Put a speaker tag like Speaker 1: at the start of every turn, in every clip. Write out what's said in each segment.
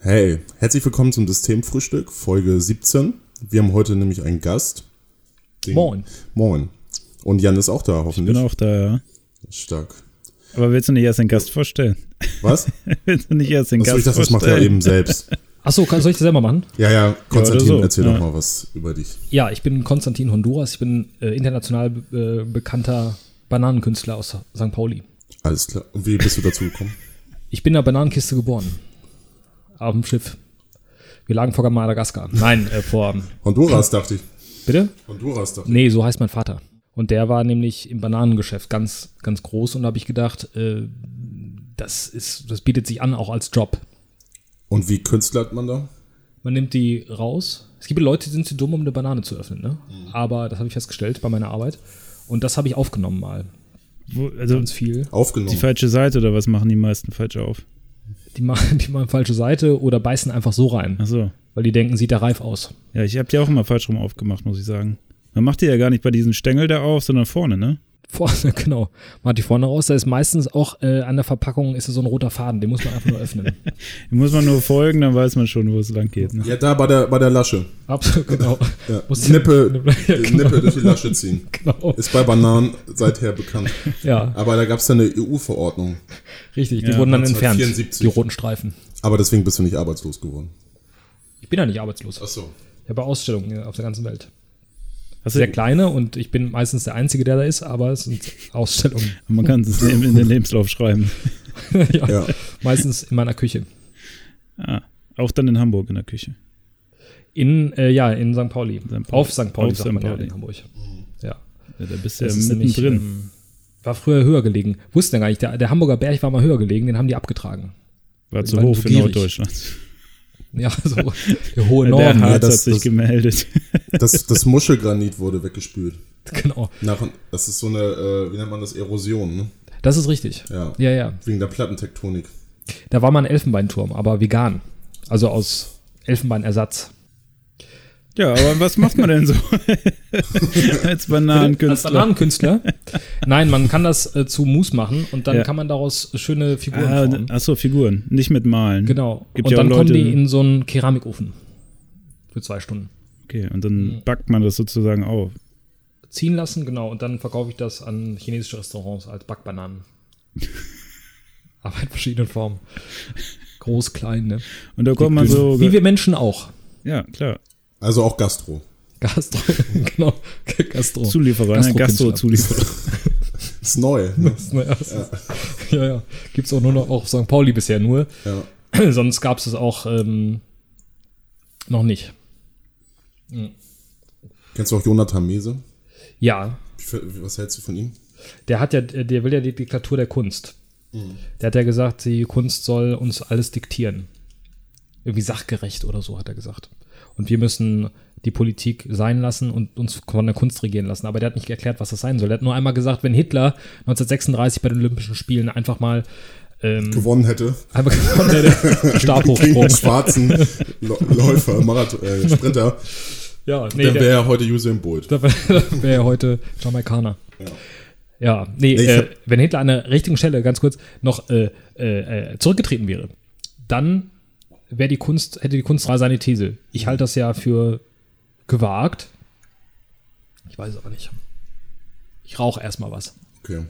Speaker 1: Hey, herzlich willkommen zum Systemfrühstück, Folge 17. Wir haben heute nämlich einen Gast. Den-
Speaker 2: Moin.
Speaker 1: Moin. Und Jan ist auch da,
Speaker 3: Ich bin
Speaker 1: hoffentlich.
Speaker 3: auch da, ja.
Speaker 1: Stark.
Speaker 3: Aber willst du nicht erst den Gast vorstellen?
Speaker 1: Was?
Speaker 3: willst du nicht erst den
Speaker 1: Achso, ich
Speaker 3: Gast
Speaker 1: dachte, das macht er
Speaker 3: vorstellen?
Speaker 1: eben selbst.
Speaker 2: Achso, soll ich das selber machen?
Speaker 1: Ja, ja, Konstantin,
Speaker 3: Ja, oder so.
Speaker 1: erzähl
Speaker 3: Ja.
Speaker 1: doch mal was über dich.
Speaker 2: Ja, ich bin Konstantin Honduras. Ich bin äh, international äh, bekannter Bananenkünstler aus St. Pauli.
Speaker 1: Alles klar. Und wie bist du dazu gekommen?
Speaker 2: Ich bin in der Bananenkiste geboren. Auf dem Schiff. Wir lagen vor Madagaskar. Nein, äh, vor.
Speaker 1: Honduras, dachte ich.
Speaker 2: Bitte?
Speaker 1: Honduras, dachte ich.
Speaker 2: Nee, so heißt mein Vater. Und der war nämlich im Bananengeschäft ganz, ganz groß und da habe ich gedacht, äh, das ist, das bietet sich an auch als Job.
Speaker 1: Und wie Künstler hat man da?
Speaker 2: Man nimmt die raus. Es gibt Leute, die sind zu dumm, um eine Banane zu öffnen, ne?
Speaker 1: Mhm.
Speaker 2: Aber das habe ich festgestellt bei meiner Arbeit. Und das habe ich aufgenommen mal.
Speaker 3: Wo, also
Speaker 2: Ganz viel.
Speaker 3: die
Speaker 1: Aufgenommen.
Speaker 3: falsche Seite oder was machen die meisten falsch auf?
Speaker 2: Die machen, die machen falsche Seite oder beißen einfach so rein,
Speaker 3: Achso.
Speaker 2: weil die denken, sieht da reif aus.
Speaker 3: Ja, ich hab die auch immer falsch rum aufgemacht, muss ich sagen. Man macht die ja gar nicht bei diesen Stängel da auf, sondern vorne, ne?
Speaker 2: Vorne, genau. Man hat die vorne raus. Da ist meistens auch äh, an der Verpackung ist so ein roter Faden, den muss man einfach nur öffnen.
Speaker 3: Die muss man nur folgen, dann weiß man schon, wo es lang geht. Ne?
Speaker 1: Ja, da bei der, bei der Lasche.
Speaker 2: Absolut, genau.
Speaker 1: Ja.
Speaker 2: Muss-
Speaker 1: Nippe,
Speaker 2: Ja, genau.
Speaker 1: Nippe durch die Lasche ziehen.
Speaker 2: genau.
Speaker 1: Ist bei Bananen seither bekannt.
Speaker 2: Ja,
Speaker 1: Aber da gab es ja eine E EU-Verordnung.
Speaker 2: richtig. Die
Speaker 3: Ja,
Speaker 2: wurden dann entfernt.
Speaker 1: 1974.
Speaker 2: Die roten Streifen.
Speaker 1: Aber deswegen bist du nicht arbeitslos geworden.
Speaker 2: Ich bin ja nicht arbeitslos.
Speaker 1: Achso.
Speaker 2: Ich habe Ausstellungen äh, auf der ganzen Welt.
Speaker 3: Hast
Speaker 2: Sehr
Speaker 3: du,
Speaker 2: kleine und ich bin meistens der Einzige, der da ist, aber es sind Ausstellungen.
Speaker 3: man kann es in in den Lebenslauf schreiben.
Speaker 2: ja,
Speaker 1: Ja.
Speaker 2: Meistens in meiner Küche.
Speaker 3: Ah, auch dann in Hamburg in der Küche.
Speaker 2: In, äh, ja, in St. Pauli.
Speaker 3: Pauli.
Speaker 2: Auf St. Pauli,
Speaker 3: Auf
Speaker 2: sagt
Speaker 3: St.
Speaker 2: man ja
Speaker 3: Pauli.
Speaker 2: in Hamburg. Ja.
Speaker 3: Ja, da bist du ja
Speaker 2: Das ist nämlich,
Speaker 3: mittendrin.
Speaker 2: ähm, war früher höher gelegen. Wussten ja gar nicht, der, der Hamburger Berg war mal höher gelegen, den haben die abgetragen.
Speaker 3: War zu
Speaker 2: ich war
Speaker 3: hoch für
Speaker 2: gierig.
Speaker 3: Norddeutschland.
Speaker 2: Ja, so der hohe
Speaker 3: der
Speaker 2: Norden.
Speaker 3: Harz
Speaker 1: das-
Speaker 3: hat sich
Speaker 1: das-
Speaker 3: gemeldet.
Speaker 1: Das, das Muschelgranit wurde weggespült.
Speaker 2: Genau.
Speaker 1: Nach, das ist so eine, äh, wie nennt man das, Erosion, ne?
Speaker 2: Das ist richtig.
Speaker 1: Ja.
Speaker 2: Ja, ja.
Speaker 1: Wegen der Plattentektonik.
Speaker 2: Da war mal ein Elfenbeinturm, aber vegan. Also aus Elfenbeinersatz.
Speaker 3: Ja, aber was macht man denn so als
Speaker 2: Als
Speaker 3: Bananenkünstler?
Speaker 2: Bananenkünstler? Nein, man kann das äh, zu Mousse machen und dann
Speaker 3: Ja.
Speaker 2: kann man daraus schöne Figuren
Speaker 3: Ah,
Speaker 2: formen.
Speaker 3: achso, Figuren, nicht mit Malen.
Speaker 2: Genau.
Speaker 3: Gibt
Speaker 2: und
Speaker 3: ja auch
Speaker 2: dann kommen
Speaker 3: Leute-
Speaker 2: die in so einen Keramikofen. Für zwei Stunden.
Speaker 3: Okay, und
Speaker 2: Mhm.
Speaker 3: dann backt man das sozusagen auf.
Speaker 2: Ziehen lassen, genau. Und dann verkaufe ich das an chinesische Restaurants als Backbananen. Aber in verschiedenen Formen. Groß, klein, ne?
Speaker 3: Und da kommt man so.
Speaker 2: Wie wir Menschen auch.
Speaker 3: ja, klar.
Speaker 1: Also auch Gastro.
Speaker 2: Gastro, genau. Gastro.
Speaker 3: Zulieferer, ne? Gastro-Zulieferer.
Speaker 1: Ist neu. Ne?
Speaker 2: Ja, das ist- ja, ja. Gibt es auch nur noch auf St. Pauli bisher nur.
Speaker 1: Ja.
Speaker 2: Sonst gab es es auch ähm, noch nicht.
Speaker 1: Kennst du auch Jonathan Mese?
Speaker 2: Ja,
Speaker 1: Wie viel- Was hältst du von ihm?
Speaker 2: der hat ja, der will ja die Diktatur der Kunst. Der hat ja gesagt, die Kunst soll uns alles diktieren. Irgendwie sachgerecht oder so, hat er gesagt. Und wir müssen die Politik sein lassen und uns von der Kunst regieren lassen. Aber der hat nicht erklärt, was das sein soll. Er hat nur einmal gesagt, wenn Hitler 1936 bei den Olympischen Spielen einfach mal ähm,
Speaker 1: Gewonnen hätte.
Speaker 2: einfach gewonnen hätte,
Speaker 1: Gegen
Speaker 2: Stabhochsprung.
Speaker 1: den schwarzen Lo- Läufer, Marathon, äh, Sprinter.
Speaker 2: Ja, nee,
Speaker 1: Dann
Speaker 2: der-
Speaker 1: wäre er heute Usain Bolt.
Speaker 2: Da wäre wär heute Jamaikaner. Ja, nee,
Speaker 1: Nee, ich
Speaker 2: äh,
Speaker 1: hab-
Speaker 2: wenn Hitler an der richtigen Stelle, ganz kurz, noch äh, äh, äh, zurückgetreten wäre, dann wäre die Kunst, hätte die Kunst seine These. Ich halte das ja für gewagt. Ich weiß aber nicht. Ich rauche erstmal was.
Speaker 1: Okay.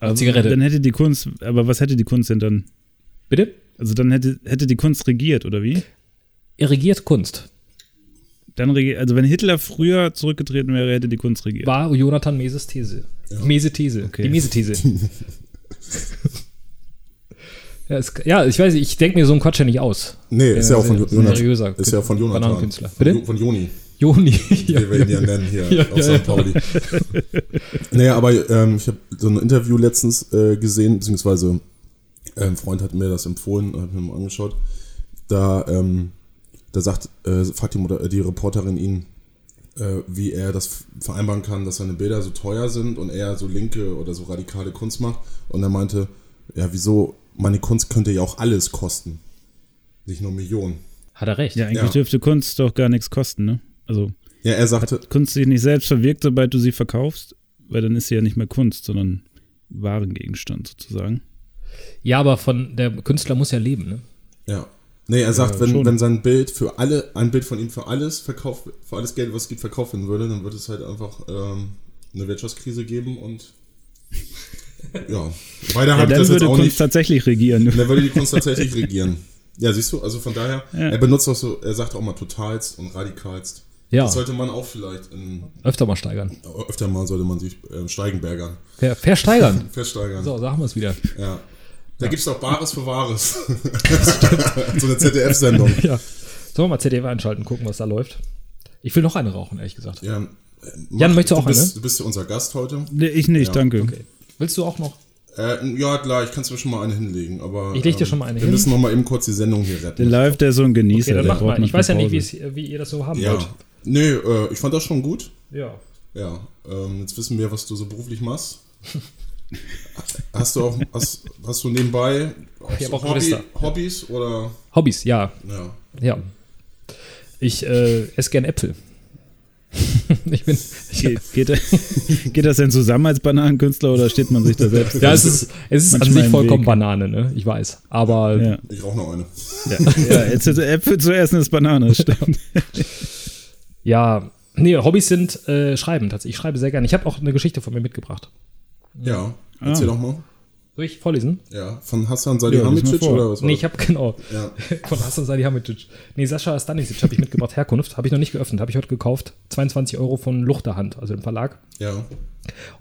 Speaker 3: Aber
Speaker 2: Zigarette.
Speaker 3: Dann hätte die Kunst, aber was hätte die Kunst denn dann?
Speaker 2: Bitte?
Speaker 3: Also dann hätte, hätte die Kunst regiert, oder wie?
Speaker 2: Irrigiert Kunst.
Speaker 3: Dann regi- also wenn Hitler früher zurückgetreten wäre, hätte die Kunst regiert.
Speaker 2: War Jonathan Meses These. Mese These. Die Mese These. ja, es, ja, ich weiß, ich denke mir so einen Quatsch ja nicht aus.
Speaker 1: Nee, ist ja auch von
Speaker 2: sehr-
Speaker 1: Jonathan.
Speaker 2: seriöser
Speaker 1: Ist ja von Jonathan.
Speaker 2: Bananenkünstler.
Speaker 1: Von,
Speaker 2: Bitte?
Speaker 1: Jo- von Joni.
Speaker 2: Joni.
Speaker 1: wie wir ihn ja nennen hier
Speaker 2: Ja,
Speaker 1: auf
Speaker 2: ja, ja.
Speaker 1: St. Pauli. naja, aber ähm, ich habe so ein Interview letztens äh, gesehen, beziehungsweise äh, ein Freund hat mir das empfohlen, hat mir mal angeschaut. Da, ähm, da sagt, äh, fragt die, Mutter, die Reporterin ihn, äh, wie er das vereinbaren kann, dass seine Bilder so teuer sind und er so linke oder so radikale Kunst macht. Und er meinte, ja, wieso, meine Kunst könnte ja auch alles kosten. Nicht nur Millionen.
Speaker 2: Hat er recht.
Speaker 3: ja, eigentlich
Speaker 1: Ja.
Speaker 3: dürfte Kunst doch gar nichts kosten, ne? Also
Speaker 1: Ja, er sagte,
Speaker 3: Kunst sich nicht selbst verwirkt, sobald du sie verkaufst, weil dann ist sie ja nicht mehr Kunst, sondern Warengegenstand sozusagen.
Speaker 2: Ja, aber von der Künstler muss ja leben, ne?
Speaker 1: Ja. Nee, er sagt, wenn,
Speaker 3: schon.
Speaker 1: wenn sein Bild für alle, ein Bild von ihm für alles verkauft, für alles Geld, was es gibt, verkauft werden würde, dann würde es halt einfach ähm, eine Wirtschaftskrise geben und ja. Weiter
Speaker 3: Ja,
Speaker 1: habe ich
Speaker 3: dann
Speaker 1: das jetzt
Speaker 3: würde
Speaker 1: auch
Speaker 3: Kunst
Speaker 1: nicht.
Speaker 3: tatsächlich regieren.
Speaker 1: Dann würde die Kunst tatsächlich regieren. Ja, siehst du, also von daher,
Speaker 3: Ja.
Speaker 1: er benutzt auch so, er sagt auch mal totalst und radikalst.
Speaker 2: Ja,
Speaker 1: Das sollte man auch vielleicht in,
Speaker 2: öfter mal steigern.
Speaker 1: öfter mal sollte man sich ähm, Steigenbergern
Speaker 2: Ver versteigern.
Speaker 1: versteigern.
Speaker 2: So, sagen wir es wieder.
Speaker 1: Ja. Da gibt's doch Bares für Wahres. so eine ZDF-Sendung.
Speaker 2: Ja. Sollen wir mal ZDF einschalten, gucken, was da läuft? Ich will noch eine rauchen, ehrlich gesagt.
Speaker 1: Ja, äh,
Speaker 2: Jan,
Speaker 1: mach-
Speaker 2: möchtest du auch
Speaker 1: bist,
Speaker 2: eine?
Speaker 1: Du bist ja unser Gast heute.
Speaker 3: Nee, ich nicht,
Speaker 1: Ja,
Speaker 3: danke.
Speaker 2: Willst du auch noch?
Speaker 1: Äh, ja, klar, ich kann mir schon mal eine hinlegen, aber. ähm,
Speaker 2: Ich leg dir schon mal eine
Speaker 1: wir
Speaker 2: hin.
Speaker 1: Wir müssen noch mal eben kurz die Sendung hier
Speaker 3: Der
Speaker 1: retten.
Speaker 3: Live, der ist so ein Genießer.
Speaker 2: Okay, dann
Speaker 3: der
Speaker 2: mach
Speaker 3: braucht
Speaker 2: mal. Ich
Speaker 3: manchmal
Speaker 2: weiß ja nicht,
Speaker 3: Pause.
Speaker 2: wie, es, wie ihr das so haben
Speaker 1: Ja.
Speaker 2: wollt.
Speaker 1: Nee, äh, ich fand das schon gut.
Speaker 2: Ja.
Speaker 1: Ja. Ähm, jetzt wissen wir, was du so beruflich machst. hast du auch, hast, hast du nebenbei auch
Speaker 2: Ich hab
Speaker 1: so
Speaker 2: auch ein Mister.
Speaker 1: Hobbys oder?
Speaker 2: Hobbys, ja.
Speaker 1: Ja.
Speaker 2: Ja. Ich äh, esse gern Äpfel. ich bin. Ich,
Speaker 3: Geht, geht, das- geht das denn zusammen als Bananenkünstler oder steht man sich da selbst?
Speaker 2: ja, es ist, es ist an
Speaker 3: Manchmal
Speaker 2: sich
Speaker 3: im
Speaker 2: vollkommen
Speaker 3: Weg.
Speaker 2: Banane, ne? Ich weiß. Aber
Speaker 3: Ja,
Speaker 1: Ich rauche noch eine.
Speaker 3: ja. ja jetzt ist Äpfel zu essen ist Banane, stimmt.
Speaker 2: ja, nee, Hobbys sind äh, Schreiben tatsächlich. Ich schreibe sehr gerne. Ich habe auch eine Geschichte von mir mitgebracht.
Speaker 1: Ja. Erzähl doch mal.
Speaker 2: Soll ich vorlesen?
Speaker 1: Ja. Von Hassan Salihamidzic
Speaker 3: lies mal vor.
Speaker 1: oder was war
Speaker 2: Nee, ich habe genau.
Speaker 1: Ja.
Speaker 2: Von Hassan Salihamidzic. Nee, Sascha Stanisic habe ich mitgebracht. Herkunft habe ich noch nicht geöffnet. Habe ich heute gekauft. 22 Euro von Luchterhand, also dem Verlag.
Speaker 1: Ja.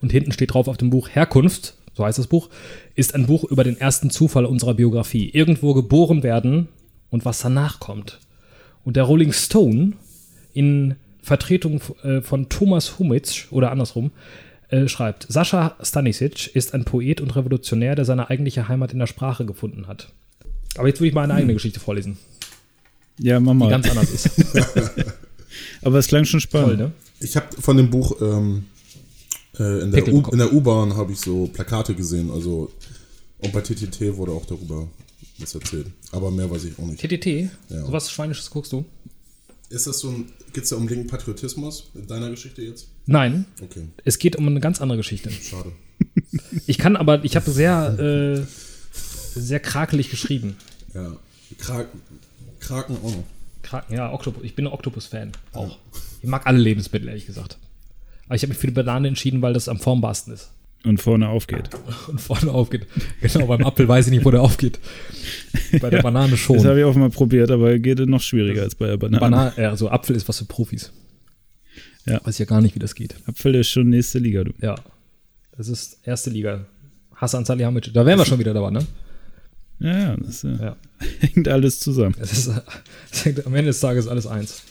Speaker 2: Und hinten steht drauf auf dem Buch Herkunft, so heißt das Buch, ist ein Buch über den ersten Zufall unserer Biografie. Irgendwo geboren werden und was danach kommt. Und der Rolling Stone in Vertretung äh, von Thomas Humitsch oder andersrum äh, schreibt, Sascha Stanisic ist ein Poet und Revolutionär, der seine eigentliche Heimat in der Sprache gefunden hat. Aber jetzt würde ich mal eine eigene Geschichte vorlesen,
Speaker 3: Ja, mach
Speaker 2: die
Speaker 3: mal.
Speaker 2: ganz anders ist.
Speaker 3: Aber es klang schon spannend.
Speaker 2: Toll, ne?
Speaker 1: Ich habe von dem Buch ähm, äh, in, der
Speaker 2: Pickel
Speaker 1: U-
Speaker 2: bekommen.
Speaker 1: in der U-Bahn habe ich so Plakate gesehen. Also und bei TTT wurde auch darüber was erzählt. Aber mehr weiß ich auch nicht.
Speaker 2: TTT,
Speaker 1: Ja.
Speaker 2: sowas Schweinisches guckst du?
Speaker 1: Ist das so ein? Geht's da um linken Patriotismus in deiner Geschichte jetzt?
Speaker 2: Nein,
Speaker 1: Okay,
Speaker 2: es geht um eine ganz andere Geschichte.
Speaker 1: schade.
Speaker 2: Ich kann aber, ich habe sehr, äh, sehr krakelig geschrieben.
Speaker 1: Ja, Kraken, Kraken auch noch.
Speaker 2: Kraken, ja, Oktopus. Ich bin ein Oktopus-Fan. Auch. Ich mag alle Lebensmittel, ehrlich gesagt. Aber ich habe mich für die Banane entschieden, weil das am formbarsten ist.
Speaker 3: Und vorne aufgeht.
Speaker 2: ne? Und vorne aufgeht. Genau, beim Apfel weiß ich nicht, wo der aufgeht. Bei der Banane schon.
Speaker 3: Das habe ich auch mal probiert, aber geht noch schwieriger als bei der Banane.
Speaker 2: Banane, ja, so Apfel ist was für Profis.
Speaker 3: Ja.
Speaker 2: Weiß ja gar nicht, wie das geht.
Speaker 3: Apfel ist schon nächste Liga, du.
Speaker 2: Ja. Das ist erste Liga. Hassan Salihamidzic. Da wären wir schon wieder dabei, ne?
Speaker 3: Ja, ja, das äh,
Speaker 2: Ja.
Speaker 3: hängt alles zusammen.
Speaker 2: Das ist, das hängt am Ende des Tages alles eins.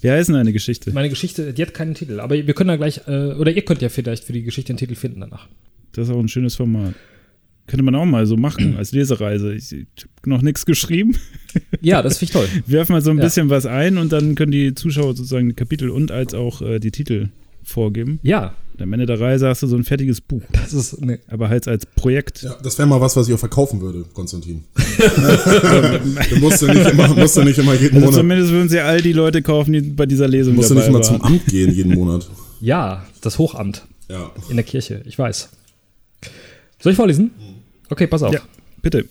Speaker 3: Wie heißt denn eine Geschichte?
Speaker 2: Meine Geschichte, die hat keinen Titel, aber wir können da gleich, äh, oder ihr könnt ja vielleicht für die Geschichte einen Titel finden danach.
Speaker 3: Das ist auch ein schönes Format. Könnte man auch mal so machen, als Lesereise. Ich, ich habe noch nichts geschrieben.
Speaker 2: Ja, das finde ich toll.
Speaker 3: Werf mal so ein
Speaker 2: Ja.
Speaker 3: bisschen was ein und dann können die Zuschauer sozusagen die Kapitel und als auch äh, die Titel vorgeben.
Speaker 2: Ja,
Speaker 3: Und am Ende der Reise hast du so ein fertiges Buch.
Speaker 2: das ist, ne,
Speaker 3: Aber halt als Projekt.
Speaker 1: Ja, das wäre mal was, was ich auch verkaufen würde, Konstantin. du musst ja nicht immer, musst ja nicht immer jeden
Speaker 3: Also
Speaker 1: Monat,
Speaker 3: zumindest würden sie all die Leute kaufen, die bei dieser Lesung
Speaker 1: musst du
Speaker 3: dabei
Speaker 1: nicht immer
Speaker 3: waren.
Speaker 1: zum Amt gehen jeden Monat.
Speaker 2: ja, das Hochamt
Speaker 1: Ja.
Speaker 2: in der Kirche, ich weiß. Soll ich vorlesen? Okay, pass auf.
Speaker 3: Ja, bitte.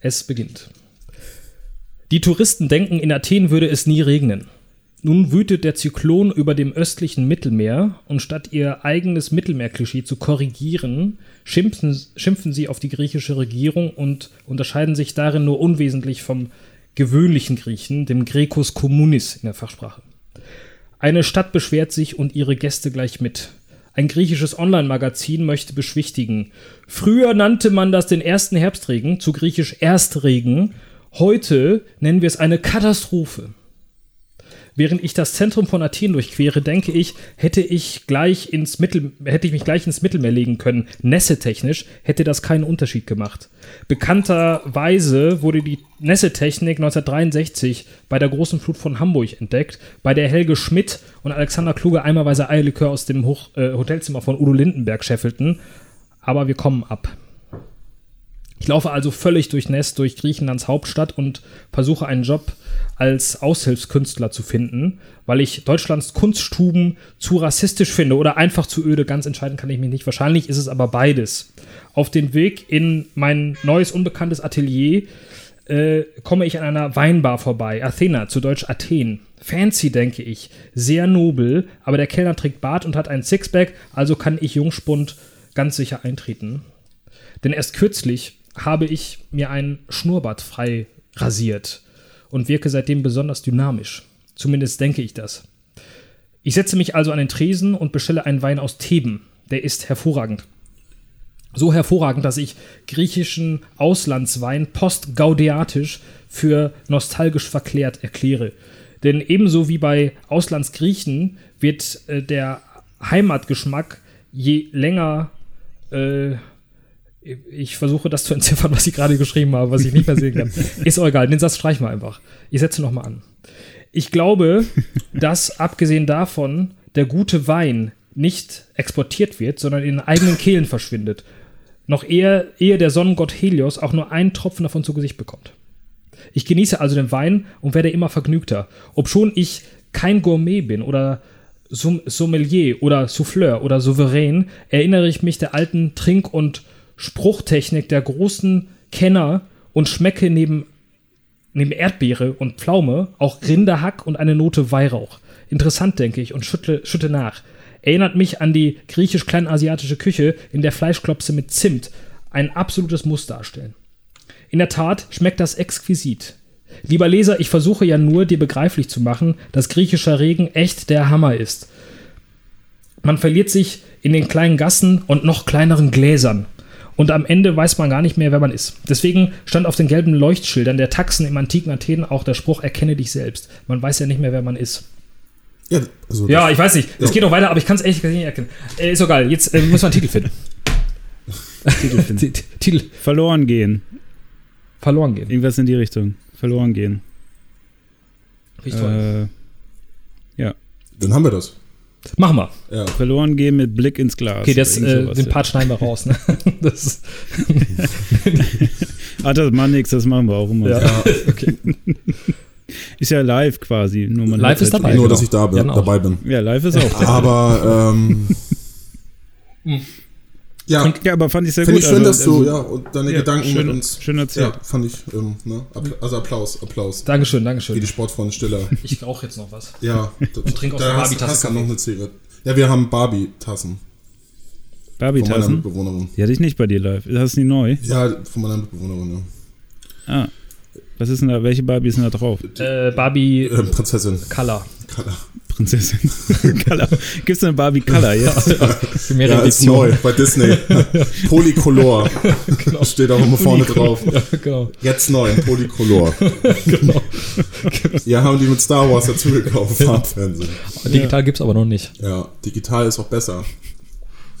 Speaker 2: Es beginnt. Die Touristen denken, in Athen würde es nie regnen. Nun wütet der Zyklon über dem östlichen Mittelmeer und statt ihr eigenes Mittelmeerklischee zu korrigieren, schimpfen, schimpfen sie auf die griechische Regierung und unterscheiden sich darin nur unwesentlich vom gewöhnlichen Griechen, dem Grecus communis in der Fachsprache. Eine Stadt beschwert sich und ihre Gäste gleich mit. Ein griechisches Online-Magazin möchte beschwichtigen. Früher nannte man das den ersten Herbstregen, zu griechisch Erstregen. Heute nennen wir es eine Katastrophe. Während ich das Zentrum von Athen durchquere, denke ich, hätte ich, gleich ins Mittel, hätte ich mich gleich ins Mittelmeer legen können. Nässe-technisch hätte das keinen Unterschied gemacht. Bekannterweise wurde die Nässe-Technik 1963 bei der großen Flut von Hamburg entdeckt, bei der Helge Schmidt und Alexander Kluge eimerweise Eierlikör aus dem Hoch, äh, Hotelzimmer von Udo Lindenberg scheffelten. Aber wir kommen ab. Ich laufe also völlig durchnässt durch Griechenlands Hauptstadt und versuche einen Job als Aushilfskünstler zu finden, weil ich Deutschlands Kunststuben zu rassistisch finde oder einfach zu öde. Ganz entscheiden kann ich mich nicht. Wahrscheinlich ist es aber beides. Auf den Weg in mein neues unbekanntes Atelier äh, komme ich an einer Weinbar vorbei. Athena, zu Deutsch Athen. Fancy, denke ich. Sehr nobel, aber der Kellner trägt Bart und hat ein Sixpack, also kann ich Jungspund ganz sicher eintreten. Denn erst kürzlich habe ich mir einen Schnurrbart frei rasiert und wirke seitdem besonders dynamisch. Zumindest denke ich das. Ich setze mich also an den Tresen und bestelle einen Wein aus Theben. Der ist hervorragend. So hervorragend, dass ich griechischen Auslandswein postgaudeatisch für nostalgisch verklärt erkläre. Denn ebenso wie bei Auslandsgriechen wird äh, der Heimatgeschmack je länger äh, ich versuche das zu entziffern, was ich gerade geschrieben habe, was ich nicht mehr sehen kann. Ist auch egal, den Satz streich mal einfach. Ich setze nochmal an. Ich glaube, dass abgesehen davon der gute Wein nicht exportiert wird, sondern in eigenen Kehlen verschwindet. Noch ehe, ehe der Sonnengott Helios auch nur einen Tropfen davon zu Gesicht bekommt. Ich genieße also den Wein und werde immer vergnügter, obschon ich kein Gourmet bin oder Som- Sommelier oder Souffleur oder Souverän, erinnere ich mich der alten Trink- und Spruchtechnik der großen Kenner und schmecke neben, neben Erdbeere und Pflaume auch Rinderhack und eine Note Weihrauch. Interessant, denke ich, und schüttle, schütte nach. Erinnert mich an die griechisch-kleinasiatische Küche, in der Fleischklopse mit Zimt ein absolutes Muster darstellen. In der Tat schmeckt das exquisit. Lieber Leser, ich versuche ja nur, dir begreiflich zu machen, dass griechischer Regen echt der Hammer ist. Man verliert sich in den kleinen Gassen und noch kleineren Gläsern, und am Ende weiß man gar nicht mehr, wer man ist. Deswegen stand auf den gelben Leuchtschildern der Taxen im antiken Athen auch der Spruch, erkenne dich selbst. Man weiß ja nicht mehr, wer man ist.
Speaker 1: Ja, also
Speaker 2: Ja, ich weiß nicht. Es geht noch weiter, aber ich kann es ehrlich gesagt nicht erkennen. Äh, ist egal, jetzt äh, muss man einen Titel finden.
Speaker 3: Titel finden.
Speaker 2: T- T- Titel
Speaker 3: Verloren gehen.
Speaker 2: verloren gehen.
Speaker 3: Irgendwas in die Richtung. Verloren gehen.
Speaker 2: Richtig toll.
Speaker 3: Äh,
Speaker 1: dann haben wir das.
Speaker 2: Machen wir.
Speaker 1: Ja.
Speaker 3: verloren gehen mit Blick ins Glas.
Speaker 2: Okay, das,
Speaker 3: Irgend
Speaker 2: äh,
Speaker 3: sowas,
Speaker 2: den
Speaker 3: ja.
Speaker 2: Part schneiden wir raus. Ne? Das,
Speaker 3: Ah, das macht nichts, das machen wir auch immer.
Speaker 2: ja.
Speaker 3: so.
Speaker 2: Okay.
Speaker 3: Ist ja live quasi. Nur man
Speaker 2: Live
Speaker 3: hört
Speaker 2: ist dabei.
Speaker 1: Nur,
Speaker 2: genau.
Speaker 1: dass ich da bin,
Speaker 2: Ja, genau.
Speaker 1: dabei bin.
Speaker 3: Ja, live ist auch
Speaker 1: Ah.
Speaker 3: da.
Speaker 1: Aber, ähm, ja, finde
Speaker 3: Ja, aber fand ich sehr
Speaker 1: ich
Speaker 3: Hm. gut.
Speaker 1: schön,
Speaker 3: also-
Speaker 1: dass du,
Speaker 3: also-
Speaker 1: ja, und deine
Speaker 3: ja,
Speaker 1: Gedanken
Speaker 3: schön,
Speaker 1: mit uns,
Speaker 3: Schön erzählt.
Speaker 1: ja, fand ich, ähm, ne, App- also Applaus, Applaus,
Speaker 2: Dankeschön,
Speaker 1: wie die
Speaker 2: Dankeschön.
Speaker 1: Sportfreunde Stiller,
Speaker 2: Ich rauche jetzt noch was.
Speaker 1: ja, da,
Speaker 2: trink aus
Speaker 1: da
Speaker 2: der
Speaker 1: hast,
Speaker 2: Barbie-Tasse
Speaker 1: hast du noch
Speaker 2: Kaffee.
Speaker 1: eine Zigarette. Ja, wir haben Barbie-Tassen von meiner
Speaker 3: Barbie-Tassen.
Speaker 1: Mitbewohnerin.
Speaker 3: Die hatte ich nicht bei dir live. Das ist nie neu.
Speaker 1: Ja, von meiner Mitbewohnerin,
Speaker 3: Ah. Was ist denn da? Welche Barbie ist denn da drauf?
Speaker 2: Äh, Barbie
Speaker 1: ja. Äh, Prinzessin,
Speaker 2: Color.
Speaker 1: Color.
Speaker 3: Prinzessin. Color. Gibt's eine Barbie Color jetzt?
Speaker 1: Ja, ist neu, bei Disney. Polycolor.
Speaker 3: Genau.
Speaker 1: Steht auch immer vorne drauf.
Speaker 2: genau.
Speaker 1: Jetzt neu, Polycolor.
Speaker 2: genau.
Speaker 1: Ja, haben die mit Star Wars dazu gekauft, Farbfernsehen.
Speaker 2: Digital gibt's aber noch nicht.
Speaker 1: Ja, digital ist auch besser.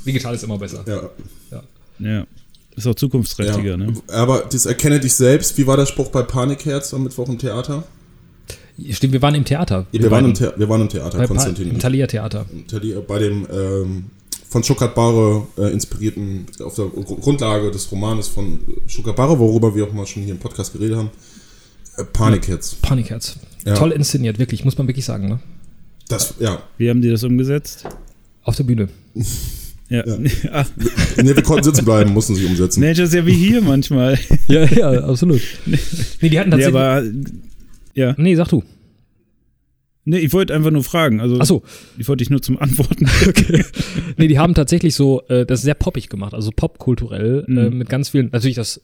Speaker 2: Digital ist immer besser.
Speaker 1: Ja,
Speaker 3: Ja. Ist auch zukunftsträchtiger,
Speaker 1: ja.
Speaker 3: ne?
Speaker 1: Aber dieses Erkenne dich selbst, wie war der Spruch bei Panikherz am Mittwoch im Theater?
Speaker 2: Stimmt, wir waren im Theater.
Speaker 1: Wir, waren, im Thea- wir waren im Theater,
Speaker 2: bei pa
Speaker 1: Konstantin.
Speaker 2: im Thalia Theater.
Speaker 1: Im Thalia- äh, bei dem ähm, von Schukat Barre äh, inspirierten, auf der Gru- Grundlage des Romanes von Schukat Barre, worüber wir auch mal schon hier im Podcast geredet haben. Äh, Panikherz.
Speaker 2: Panikherz.
Speaker 1: Ja.
Speaker 2: Toll inszeniert, wirklich, muss man wirklich sagen. Ne?
Speaker 1: Das, ja.
Speaker 3: Wie haben die das umgesetzt?
Speaker 2: Auf der Bühne.
Speaker 3: Ja. Ah,
Speaker 1: Ne, wir konnten sitzen bleiben, mussten sie umsetzen.
Speaker 3: Mensch, das ist ja wie hier manchmal.
Speaker 2: Ja, ja, absolut. Nee, die hatten
Speaker 3: Nee,
Speaker 2: tatsächlich.
Speaker 3: aber ja.
Speaker 2: nee, sag du.
Speaker 3: Nee, ne, ich wollte einfach nur fragen. Also
Speaker 2: Achso,
Speaker 3: ich wollte dich nur zum Antworten.
Speaker 2: nee, die haben tatsächlich so äh, das sehr poppig gemacht, also popkulturell äh, mit ganz vielen. Natürlich das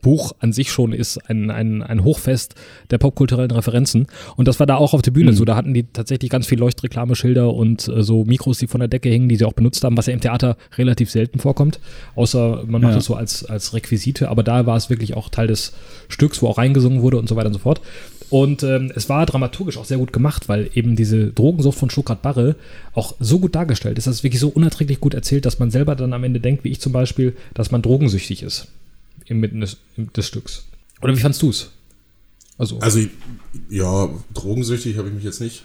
Speaker 2: Buch an sich schon ist ein, ein, ein Hochfest der popkulturellen Referenzen und das war da auch auf der Bühne so. Da hatten die tatsächlich ganz viel Leuchtreklameschilder und äh, so Mikros, die von der Decke hingen, die sie auch benutzt haben, was ja im Theater relativ selten vorkommt, außer man macht
Speaker 3: Ja.
Speaker 2: es so als als Requisite. Aber da war es wirklich auch Teil des Stücks, wo auch reingesungen wurde und so weiter und so fort. Und ähm, es war dramaturgisch auch sehr gut gemacht, weil eben diese Drogensucht von Schukat Barre auch so gut dargestellt ist, dass es wirklich so unerträglich gut erzählt, dass man selber dann am Ende denkt, wie ich zum Beispiel, dass man drogensüchtig ist. Inmitten des, des Stücks. Oder wie fandst du es? Also,
Speaker 1: Also, ich- ja, drogensüchtig habe ich mich jetzt nicht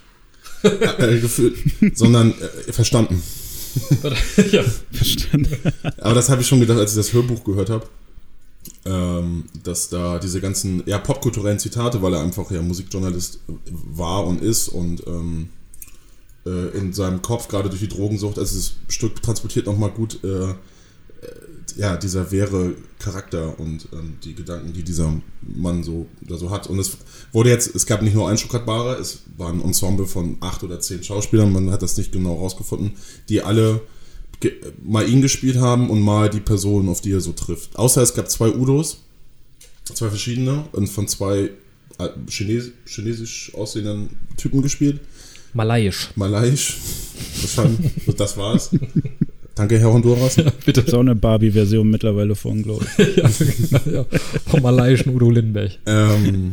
Speaker 1: äh, gefühlt, sondern äh, verstanden.
Speaker 2: ja.
Speaker 3: Verstanden.
Speaker 1: Aber das habe ich schon gedacht, als ich das Hörbuch gehört habe. ähm, dass da diese ganzen eher popkulturellen Zitate, weil er einfach ja Musikjournalist war und ist und ähm, äh, in seinem Kopf gerade durch die Drogensucht, also das Stück transportiert nochmal gut äh, äh, ja, dieser wäre Charakter und ähm, die Gedanken, die dieser Mann so, da so hat. Und es wurde jetzt, es gab nicht nur einen Stuttgart-Barer, es war ein Ensemble von acht oder zehn Schauspielern, man hat das nicht genau rausgefunden, die alle ge- mal ihn gespielt haben und mal die Person, auf die er so trifft. Außer es gab zwei Udos, zwei verschiedene und von zwei äh, Chines chinesisch aussehenden Typen gespielt.
Speaker 2: Malaiisch.
Speaker 1: Malaiisch, wahrscheinlich, das war's. Danke, Herr Honduras.
Speaker 3: Bitte. Das ist auch eine Barbie-Version mittlerweile von, glaube ich.
Speaker 2: ja, vom malaiischen Udo Lindenberg.
Speaker 1: Ähm,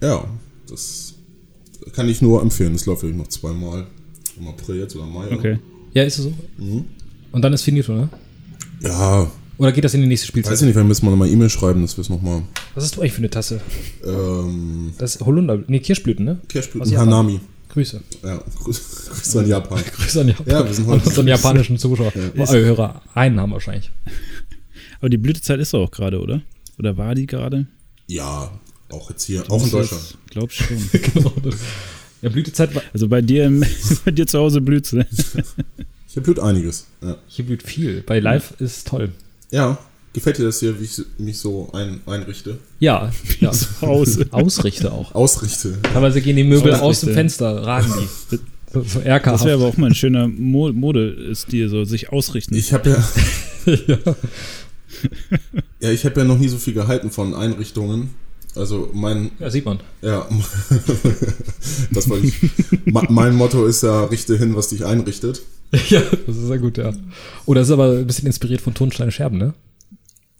Speaker 1: ja, das kann ich nur empfehlen. Das läuft, glaube ich, noch zweimal. Im April jetzt oder Mai. oder?
Speaker 3: Okay.
Speaker 2: Ja, ist es so?
Speaker 1: Mhm.
Speaker 2: Und dann ist finito, ne?
Speaker 1: Ja,
Speaker 2: Oder geht das in die nächste Spielzeit?
Speaker 1: weiß ich nicht, vielleicht müssen wir nochmal E-Mail schreiben, dass wir es nochmal.
Speaker 2: Was hast du eigentlich für eine Tasse?
Speaker 1: Ähm,
Speaker 2: Das ist Holunder, nee, Kirschblüten, ne? Aus
Speaker 1: Kirschblüten
Speaker 2: Japan.
Speaker 1: Hanami.
Speaker 2: Grüße.
Speaker 1: Ja, Grüße Grüße an Japan.
Speaker 2: Grüße an Japan.
Speaker 1: Ja, wir sind heute-
Speaker 2: An unseren japanischen Zuschauer. Ja. Hörer, einen haben wahrscheinlich.
Speaker 3: Aber die Blütezeit ist doch auch gerade, oder? Oder war die gerade?
Speaker 1: Ja, auch jetzt hier, auch in
Speaker 3: Das ist-
Speaker 1: Deutschland.
Speaker 3: Glaub schon.
Speaker 2: genau. Ja, Blütezeit war.
Speaker 3: Also bei dir, im, bei dir zu Hause blüht's. Ne?
Speaker 1: Hier blüht einiges. Ja.
Speaker 2: Hier blüht viel. Bei Live ist toll.
Speaker 1: ja, gefällt dir das hier, wie ich mich so ein, einrichte?
Speaker 2: Ja, ja.
Speaker 3: Zu Hause.
Speaker 2: Ausrichte auch.
Speaker 1: Ausrichte.
Speaker 2: Teilweise gehen die Möbel
Speaker 3: Ausrichte.
Speaker 2: aus dem Fenster, ragen die. So, so
Speaker 3: Das wäre
Speaker 2: RK.
Speaker 3: aber auch mal ein schöner Mo Modestil, so sich ausrichten.
Speaker 1: Ich habe ja. ja, ich habe ja noch nie so viel gehalten von Einrichtungen. Also mein,
Speaker 2: Ja, sieht man.
Speaker 1: ja, das wollte ich. Ma- mein Motto ist ja, richte hin, was dich einrichtet.
Speaker 2: Ja, das ist sehr gut, ja. Oh, das ist aber ein bisschen inspiriert von Tonsteine Scherben, ne?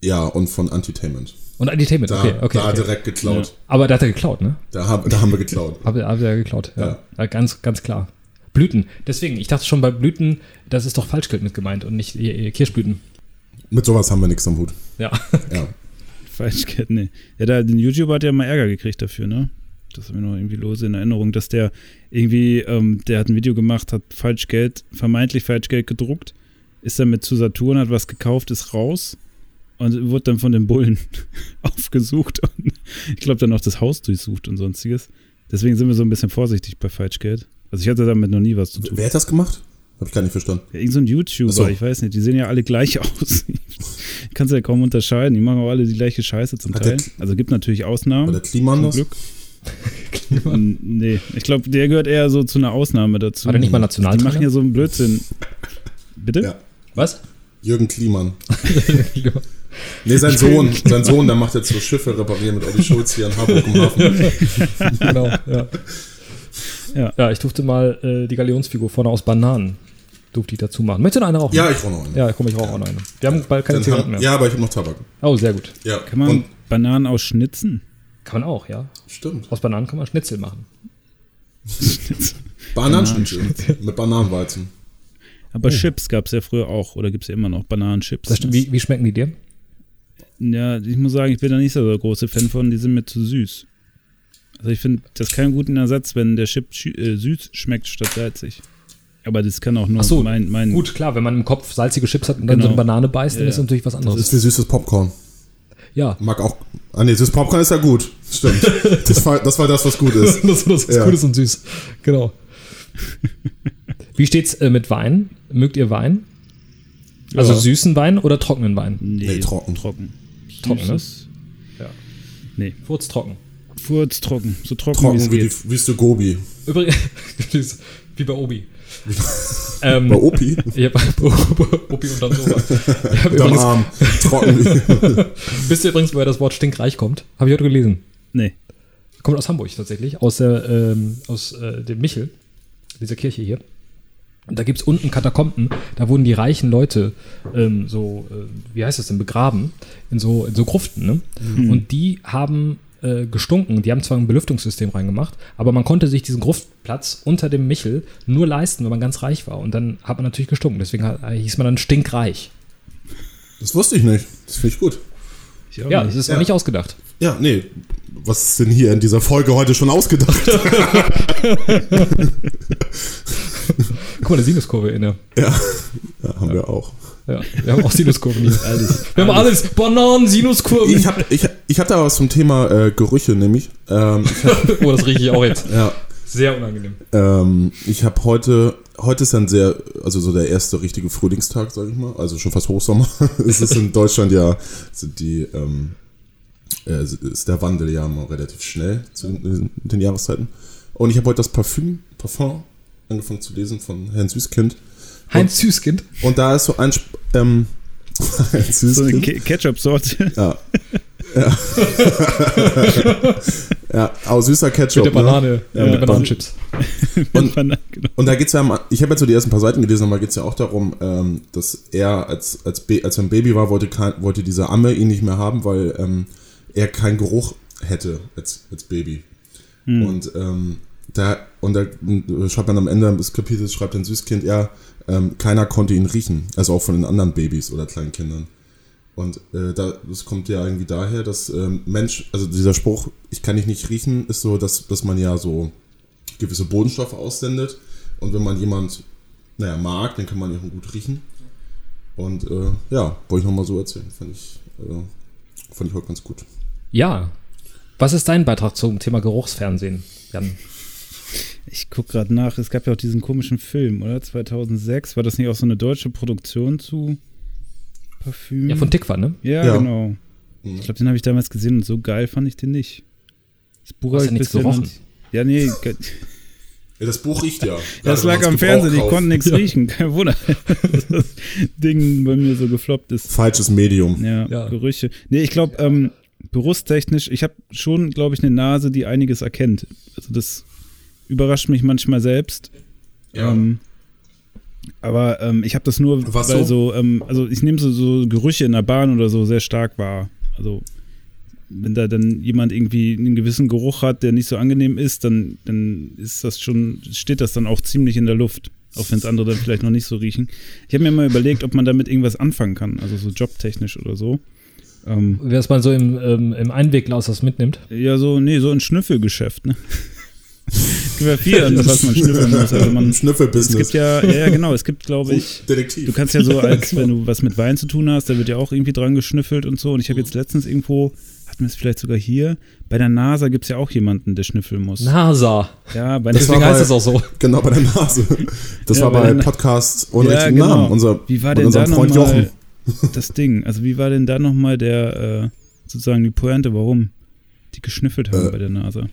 Speaker 1: Ja, und von Antitainment.
Speaker 2: Und Entertainment,
Speaker 1: Da,
Speaker 2: okay, okay.
Speaker 1: da
Speaker 2: okay.
Speaker 1: direkt geklaut.
Speaker 2: Aber da hat er geklaut, ne?
Speaker 1: Da, hab, da haben wir geklaut.
Speaker 2: Hab, hab er geklaut, ja.
Speaker 1: Ja.
Speaker 2: ja. Ganz, ganz klar. Blüten. Deswegen, ich dachte schon bei Blüten, das ist doch Falschgeld mit gemeint und nicht äh, Kirschblüten.
Speaker 1: Mit sowas haben wir nichts am Hut.
Speaker 2: Ja.
Speaker 1: Ja.
Speaker 3: Falsch gehört, nee. Ja, da, den YouTuber hat ja mal Ärger gekriegt dafür, ne? Das haben wir noch irgendwie lose in Erinnerung, dass der irgendwie, ähm, der hat ein Video gemacht, hat Falschgeld, vermeintlich Falschgeld gedruckt, ist dann mit zu Saturn, hat was gekauft, ist raus und wurde dann von den Bullen aufgesucht und ich glaube dann auch das Haus durchsucht und sonstiges. Deswegen sind wir so ein bisschen vorsichtig bei Falschgeld. Also ich hatte damit noch nie was zu tun.
Speaker 1: Wer hat das gemacht? Hab ich gar nicht verstanden.
Speaker 3: Ja, irgend so ein YouTuber,
Speaker 1: Ach so.
Speaker 3: ich weiß nicht, die sehen ja alle gleich aus. Kannst ja kaum unterscheiden, die machen auch alle die gleiche Scheiße zum
Speaker 1: Hat
Speaker 3: Teil.
Speaker 1: der-
Speaker 3: Also gibt natürlich
Speaker 1: War
Speaker 3: Ausnahmen.
Speaker 1: der Kliman
Speaker 3: Zum
Speaker 1: das?
Speaker 3: Glück. N- Nee, ich glaube, der gehört eher so zu einer Ausnahme dazu.
Speaker 2: War der nicht mal
Speaker 3: die machen
Speaker 2: Nationaltrainer?
Speaker 3: ja so einen Blödsinn. Bitte?
Speaker 1: Ja. Genau,
Speaker 2: Was?
Speaker 1: Jürgen Kliman. Nee, sein Sohn.
Speaker 3: Jürgen
Speaker 1: Sein Sohn, der macht jetzt so Schiffe reparieren mit Olli Schulz hier in Harburg im Hafen.
Speaker 2: genau, ja.
Speaker 3: Ja.
Speaker 2: ja. ich durfte mal äh, die Galionsfigur vorne aus Bananen durfte ich dazu machen. Möchtest du noch eine rauchen?
Speaker 1: Ja, ich rauche noch einen.
Speaker 2: Ja, komm, ich rauche auch noch eine. Wir haben bald keine
Speaker 1: Dann
Speaker 2: Zigaretten
Speaker 1: haben-
Speaker 2: mehr.
Speaker 1: Ja, aber ich habe noch Tabak.
Speaker 2: Oh, sehr gut.
Speaker 1: Ja.
Speaker 3: Kann man
Speaker 1: Und,
Speaker 3: Bananen ausschnitzen?
Speaker 2: Kann man auch, ja.
Speaker 1: stimmt.
Speaker 2: Aus Bananen kann man Schnitzel machen.
Speaker 1: Bananenschnitzel mit Bananenweizen.
Speaker 3: Aber
Speaker 1: Oh.
Speaker 3: Chips gab es ja früher auch, oder gibt es ja immer noch Bananenchips.
Speaker 2: Das stimmt. Wie, wie schmecken die dir?
Speaker 3: Ja, ich muss sagen, ich bin da nicht so der große Fan von, die sind mir zu süß. Also ich finde, das ist kein guter Ersatz, wenn der Chip schü- äh, süß schmeckt statt salzig. Aber das kann auch nur
Speaker 2: Ach so,
Speaker 3: Also mein, mein
Speaker 2: Gut, klar, wenn man im Kopf salzige Chips hat und dann
Speaker 3: Genau.
Speaker 2: so eine Banane beißt, dann
Speaker 3: Ja,
Speaker 2: ist
Speaker 3: ja.
Speaker 2: natürlich was
Speaker 1: Das
Speaker 2: anderes.
Speaker 1: ist wie süßes Popcorn.
Speaker 2: ja.
Speaker 1: Mag auch. Ah, nee, süßes Popcorn ist ja gut. Stimmt. Das war das, war das was gut ist.
Speaker 2: das, das ist
Speaker 1: Ja.
Speaker 2: Gutes und süß. Genau. Wie steht's äh, mit Wein? Mögt ihr Wein? Also
Speaker 1: Ja.
Speaker 2: süßen Wein oder trockenen Wein?
Speaker 1: Nee, trocken.
Speaker 3: Trocken.
Speaker 2: Trocken, ne?
Speaker 3: Süßes.
Speaker 2: Ja.
Speaker 3: Nee,
Speaker 2: Furztrocken.
Speaker 3: Furz trocken. So trocken, wie es
Speaker 1: Trocken wie,
Speaker 3: geht.
Speaker 1: die, wie du Gobi.
Speaker 2: Übrigens, wie bei Obi. ähm,
Speaker 1: Bei Opi.
Speaker 2: Ich hab, Opi und dann sowas. Ich hab
Speaker 1: Dann
Speaker 2: übrigens,
Speaker 1: Arm. Trocken wie.
Speaker 2: wisst ihr übrigens, woher das Wort stinkreich kommt? Habe ich heute gelesen.
Speaker 3: Nee.
Speaker 2: Kommt aus Hamburg tatsächlich, aus, der, ähm, aus äh, dem Michel, dieser Kirche hier. Und da gibt es unten Katakomben, da wurden die reichen Leute ähm, so, äh, wie heißt das denn, begraben, in so, in so Gruften. Ne? Und die haben äh, gestunken, die haben zwar ein Belüftungssystem reingemacht, aber man konnte sich diesen Gruftplatz unter dem Michel nur leisten, wenn man ganz reich war. Und dann hat man natürlich gestunken, deswegen hat, hieß man dann stinkreich.
Speaker 1: Das wusste ich nicht. Das finde ich gut.
Speaker 3: Ich auch
Speaker 2: Ja,
Speaker 3: nicht.
Speaker 2: das ist
Speaker 1: Ja.
Speaker 2: noch nicht ausgedacht.
Speaker 1: Ja, nee. Was ist denn hier in dieser Folge heute schon ausgedacht?
Speaker 2: Guck mal, eine Sinuskurve in der.
Speaker 1: Ja, ja haben wir auch.
Speaker 2: Ja, wir haben auch Sinuskurven. hier.
Speaker 3: Alles.
Speaker 2: Wir haben alles. Bananen, Sinuskurven.
Speaker 1: Ich habe ich, ich hab da was zum Thema äh, Gerüche, nämlich. Ähm, ich hab,
Speaker 2: oh, das rieche ich auch jetzt.
Speaker 1: ja,
Speaker 2: Sehr unangenehm.
Speaker 1: ähm, ich habe heute, heute ist dann sehr, also so der erste richtige Frühlingstag, sage ich mal, also schon fast Hochsommer. es ist in Deutschland ja, sind die, ähm, äh, ist der Wandel ja mal relativ schnell zu den, den Jahreszeiten. Und ich habe heute das Parfüm, Parfum angefangen zu lesen von Herrn Süßkind.
Speaker 2: Heinz Süßkind.
Speaker 1: Und da ist so ein, Sp- ähm, Herrn
Speaker 3: So eine
Speaker 1: Süßkind.
Speaker 3: Ke- Ketchup-Sorte.
Speaker 1: Ja. Ja. ja, aber süßer Ketchup.
Speaker 2: Mit der Banane.
Speaker 1: ne?
Speaker 2: äh,
Speaker 1: Ja,
Speaker 2: mit
Speaker 1: mit
Speaker 2: den Bananenchips.
Speaker 1: Und-
Speaker 3: Banane, genau.
Speaker 1: Ne? Und da geht's ja, am- ich habe jetzt so die ersten paar Seiten gelesen, aber geht's ja auch darum, ähm, dass er, als, als, Ba- als er ein Baby war, wollte, kein, wollte diese Amme ihn nicht mehr haben, weil ähm, er keinen Geruch hätte als, als Baby. Und ähm, da, und da äh, schreibt dann am Ende des Kapitels, schreibt ein Süßkind, ja, ähm, keiner konnte ihn riechen. Also auch von den anderen Babys oder kleinen Kindern. Und äh, da, das kommt ja irgendwie daher, dass ähm, Mensch, also dieser Spruch, ich kann dich nicht riechen, ist so, dass, dass man ja so gewisse Bodenstoffe aussendet. Und wenn man jemand, naja, mag, dann kann man ihn gut riechen. Und äh, ja, wollte ich nochmal so erzählen. Fand ich, äh, fand ich heute ganz gut.
Speaker 2: Ja. Was ist dein Beitrag zum Thema Geruchsfernsehen, Jan?
Speaker 3: Ich gucke gerade nach. Es gab ja auch diesen komischen Film, oder? 2006. War das nicht auch so eine deutsche Produktion zu Parfüm?
Speaker 2: Ja, von Tikva, ne?
Speaker 3: Ja,
Speaker 1: Ja.
Speaker 3: genau. Ich glaube, den habe ich damals gesehen und so geil fand ich den nicht. Das Buch
Speaker 2: Hast
Speaker 3: hab
Speaker 2: ja nichts
Speaker 3: bisher noch
Speaker 2: gerochen.
Speaker 3: nicht- Ja, nee, ge-
Speaker 1: Ja, das Buch riecht ja. Gerade
Speaker 3: das
Speaker 1: wenn
Speaker 3: lag
Speaker 1: man's
Speaker 3: am
Speaker 1: Gebrauch
Speaker 3: Fernsehen, ich
Speaker 1: kauft.
Speaker 3: konnte nichts riechen. Kein Wunder, dass das Ding bei mir so gefloppt ist.
Speaker 1: Falsches Medium.
Speaker 3: Ja,
Speaker 2: Ja.
Speaker 3: Gerüche. Nee, ich glaube, ähm, berufstechnisch, ich habe schon, glaube ich, eine Nase, die einiges erkennt. Also das überrascht mich manchmal selbst. Ähm, aber ähm, ich habe das nur,
Speaker 1: Was
Speaker 3: weil so, ähm, also ich nehme so, so Gerüche in der Bahn oder so sehr stark wahr. Also wenn da dann jemand irgendwie einen gewissen Geruch hat, der nicht so angenehm ist, dann, dann ist das schon, steht das dann auch ziemlich in der Luft. Auch wenn es andere dann vielleicht noch nicht so riechen. Ich habe mir mal überlegt, ob man damit irgendwas anfangen kann, also so jobtechnisch oder so. Ähm,
Speaker 2: Wer es mal so im, ähm, im Einwegglas das mitnimmt.
Speaker 3: ja, so, nee, so ein Schnüffelgeschäft, ne? Es gibt ja viel, an was man schnüffeln muss. Also man, es
Speaker 1: Schnüffelbusiness.
Speaker 3: gibt ja, ja, ja, genau, es gibt, glaube ich,
Speaker 1: Detektiv.
Speaker 3: Du kannst ja so, als
Speaker 1: genau.
Speaker 3: wenn du was mit Wein zu tun hast, da wird ja auch irgendwie dran geschnüffelt und so. Und
Speaker 1: Mhm.
Speaker 3: ich habe jetzt letztens irgendwo, hatten wir es vielleicht sogar hier, bei der NASA gibt es ja auch jemanden, der schnüffeln muss.
Speaker 2: NASA.
Speaker 3: Ja, bei
Speaker 1: Das war
Speaker 2: Deswegen
Speaker 1: bei-
Speaker 2: heißt es auch so.
Speaker 1: Genau, bei der Nase. Das
Speaker 3: Ja,
Speaker 1: war
Speaker 3: bei
Speaker 1: bei
Speaker 3: der-
Speaker 1: Podcast ohne
Speaker 3: Ja,
Speaker 1: richtigen
Speaker 3: genau.
Speaker 1: Namen. Unser,
Speaker 3: Wie war
Speaker 1: mit
Speaker 3: denn da
Speaker 1: unserem Freund
Speaker 3: nochmal
Speaker 1: Jochen.
Speaker 3: das Ding? Also wie war denn da nochmal der, äh, sozusagen die Pointe, warum die geschnüffelt haben
Speaker 1: Äh.
Speaker 3: bei der NASA?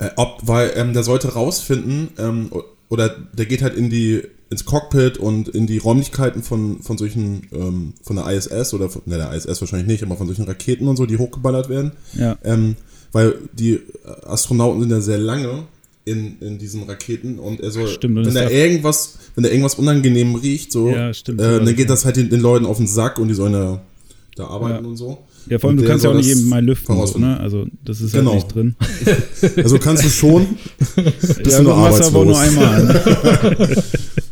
Speaker 1: Äh, ob, weil ähm, der sollte rausfinden, ähm, o- oder der geht halt in die, ins Cockpit und in die Räumlichkeiten von, von solchen, ähm, von der ISS oder von, ne, der ISS wahrscheinlich nicht, aber von solchen Raketen und so, die hochgeballert werden.
Speaker 3: Ja,
Speaker 1: Ähm, weil die äh, Astronauten sind ja sehr lange in, in diesen Raketen und er soll,
Speaker 3: Stimmt, und
Speaker 1: wenn
Speaker 3: es
Speaker 1: da
Speaker 3: darf-
Speaker 1: irgendwas, wenn da irgendwas unangenehm riecht, so,
Speaker 3: Ja, stimmt, so
Speaker 1: äh,
Speaker 3: war das,
Speaker 1: dann geht
Speaker 3: ja.
Speaker 1: das halt den, den Leuten auf den Sack und die sollen ja da arbeiten
Speaker 3: Ja.
Speaker 1: und so.
Speaker 3: ja vor
Speaker 1: Und
Speaker 3: allem, du
Speaker 1: der
Speaker 3: kannst ja auch
Speaker 1: soll
Speaker 3: nicht
Speaker 1: das
Speaker 3: eben mal lüften, so,
Speaker 1: vorausfinden.
Speaker 3: ne? Also das ist halt
Speaker 1: Genau.
Speaker 3: nicht drin.
Speaker 1: Also kannst du schon,
Speaker 3: ja,
Speaker 1: du nur
Speaker 3: du machst aber auch
Speaker 1: arbeitslos.
Speaker 3: nur einmal. Ne?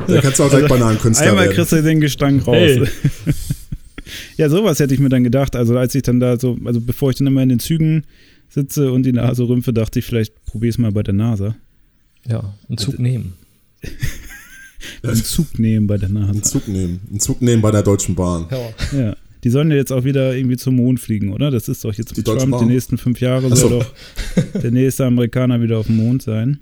Speaker 1: da kannst du auch direkt Bananenkünstler
Speaker 3: Also Einmal
Speaker 1: werden.
Speaker 3: kriegst du den Gestank raus.
Speaker 2: Hey.
Speaker 3: ja, sowas hätte ich mir dann gedacht. Also als ich dann da so, also bevor ich dann immer in den Zügen sitze und die Nase rümpfe, dachte ich, vielleicht probier's mal bei der NASA.
Speaker 2: Ja, einen Zug nehmen.
Speaker 3: Einen Zug nehmen bei der
Speaker 1: Einen
Speaker 3: NASA.
Speaker 1: Zug nehmen. Einen Zug nehmen bei der Deutschen Bahn.
Speaker 2: Ja.
Speaker 3: Ja. Die sollen ja jetzt auch wieder irgendwie zum Mond fliegen, oder? Das ist doch jetzt
Speaker 1: Die
Speaker 3: mit
Speaker 1: Deutsche
Speaker 3: Trump die
Speaker 1: Bahn.
Speaker 3: nächsten fünf Jahre
Speaker 1: Ach so.
Speaker 3: soll doch der nächste Amerikaner wieder auf dem Mond sein.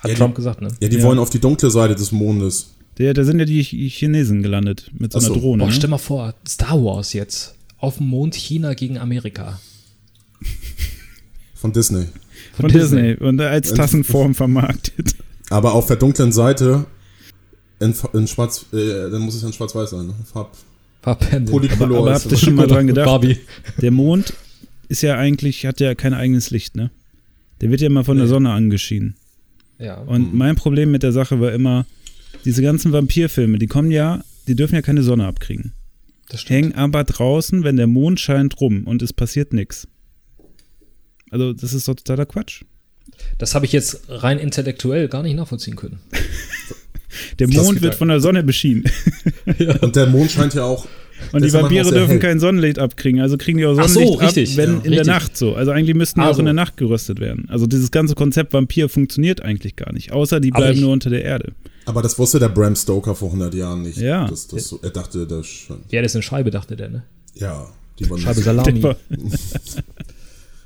Speaker 2: Hat
Speaker 1: Ja,
Speaker 2: Trump gesagt, ne?
Speaker 1: Ja, die Mhm.
Speaker 3: Ja.
Speaker 1: wollen auf die dunkle Seite des Mondes.
Speaker 3: Der, da sind ja die Ch- Chinesen gelandet mit so
Speaker 1: Ach
Speaker 3: einer
Speaker 1: so.
Speaker 3: Drohne.
Speaker 2: Boah,
Speaker 3: ne?
Speaker 2: stell mal vor, Star Wars jetzt. Auf dem Mond China gegen Amerika.
Speaker 1: Von Disney.
Speaker 3: Von Disney. Und als Tassenform vermarktet.
Speaker 1: Aber auf der dunklen Seite in, in schwarz, äh, dann muss es ja in schwarz-weiß sein. Ne? Farb.
Speaker 2: Verpendet.
Speaker 1: Polycolor
Speaker 3: aber
Speaker 1: ist
Speaker 3: habt ihr schon mal dran gedacht?
Speaker 2: Barbie.
Speaker 3: Der Mond ist ja eigentlich, hat ja kein eigenes Licht, ne? Der wird ja immer von der
Speaker 2: Nee. Mhm.
Speaker 3: Sonne angeschienen.
Speaker 2: Ja.
Speaker 3: Und mein Problem mit der Sache war immer, diese ganzen Vampirfilme, die kommen ja, die dürfen ja keine Sonne abkriegen.
Speaker 2: das stimmt.
Speaker 3: Hängen aber draußen, wenn der Mond scheint, rum und es passiert nichts. Also, das ist doch totaler Quatsch.
Speaker 2: Das habe ich jetzt rein intellektuell gar nicht nachvollziehen können.
Speaker 3: Der
Speaker 1: Das
Speaker 3: Mond
Speaker 1: geht
Speaker 3: wird
Speaker 1: ja.
Speaker 3: von der Sonne beschienen.
Speaker 1: Und der Mond scheint ja auch.
Speaker 3: Und
Speaker 1: der
Speaker 3: die
Speaker 1: ist ja manchmal
Speaker 3: Vampire
Speaker 1: auch sehr
Speaker 3: dürfen
Speaker 1: hell.
Speaker 3: kein Sonnenlicht abkriegen, also kriegen die auch
Speaker 2: Ach so,
Speaker 3: Sonnenlicht
Speaker 2: richtig,
Speaker 3: ab, wenn
Speaker 2: ja,
Speaker 3: in
Speaker 2: richtig.
Speaker 3: der Nacht so. Also eigentlich müssten die auch
Speaker 2: Also.
Speaker 3: in der Nacht geröstet werden. Also dieses ganze Konzept Vampir funktioniert eigentlich gar nicht, außer die
Speaker 2: Aber
Speaker 3: bleiben
Speaker 2: ich-
Speaker 3: nur unter der Erde.
Speaker 1: Aber das wusste der Bram Stoker vor 100 Jahren nicht.
Speaker 3: Ja.
Speaker 1: Das, das, er dachte, das schon.
Speaker 2: Ja, das ist eine Scheibe, dachte der, ne?
Speaker 1: Ja, die waren
Speaker 2: Scheibe
Speaker 1: nicht,
Speaker 2: Salami.
Speaker 3: Der war-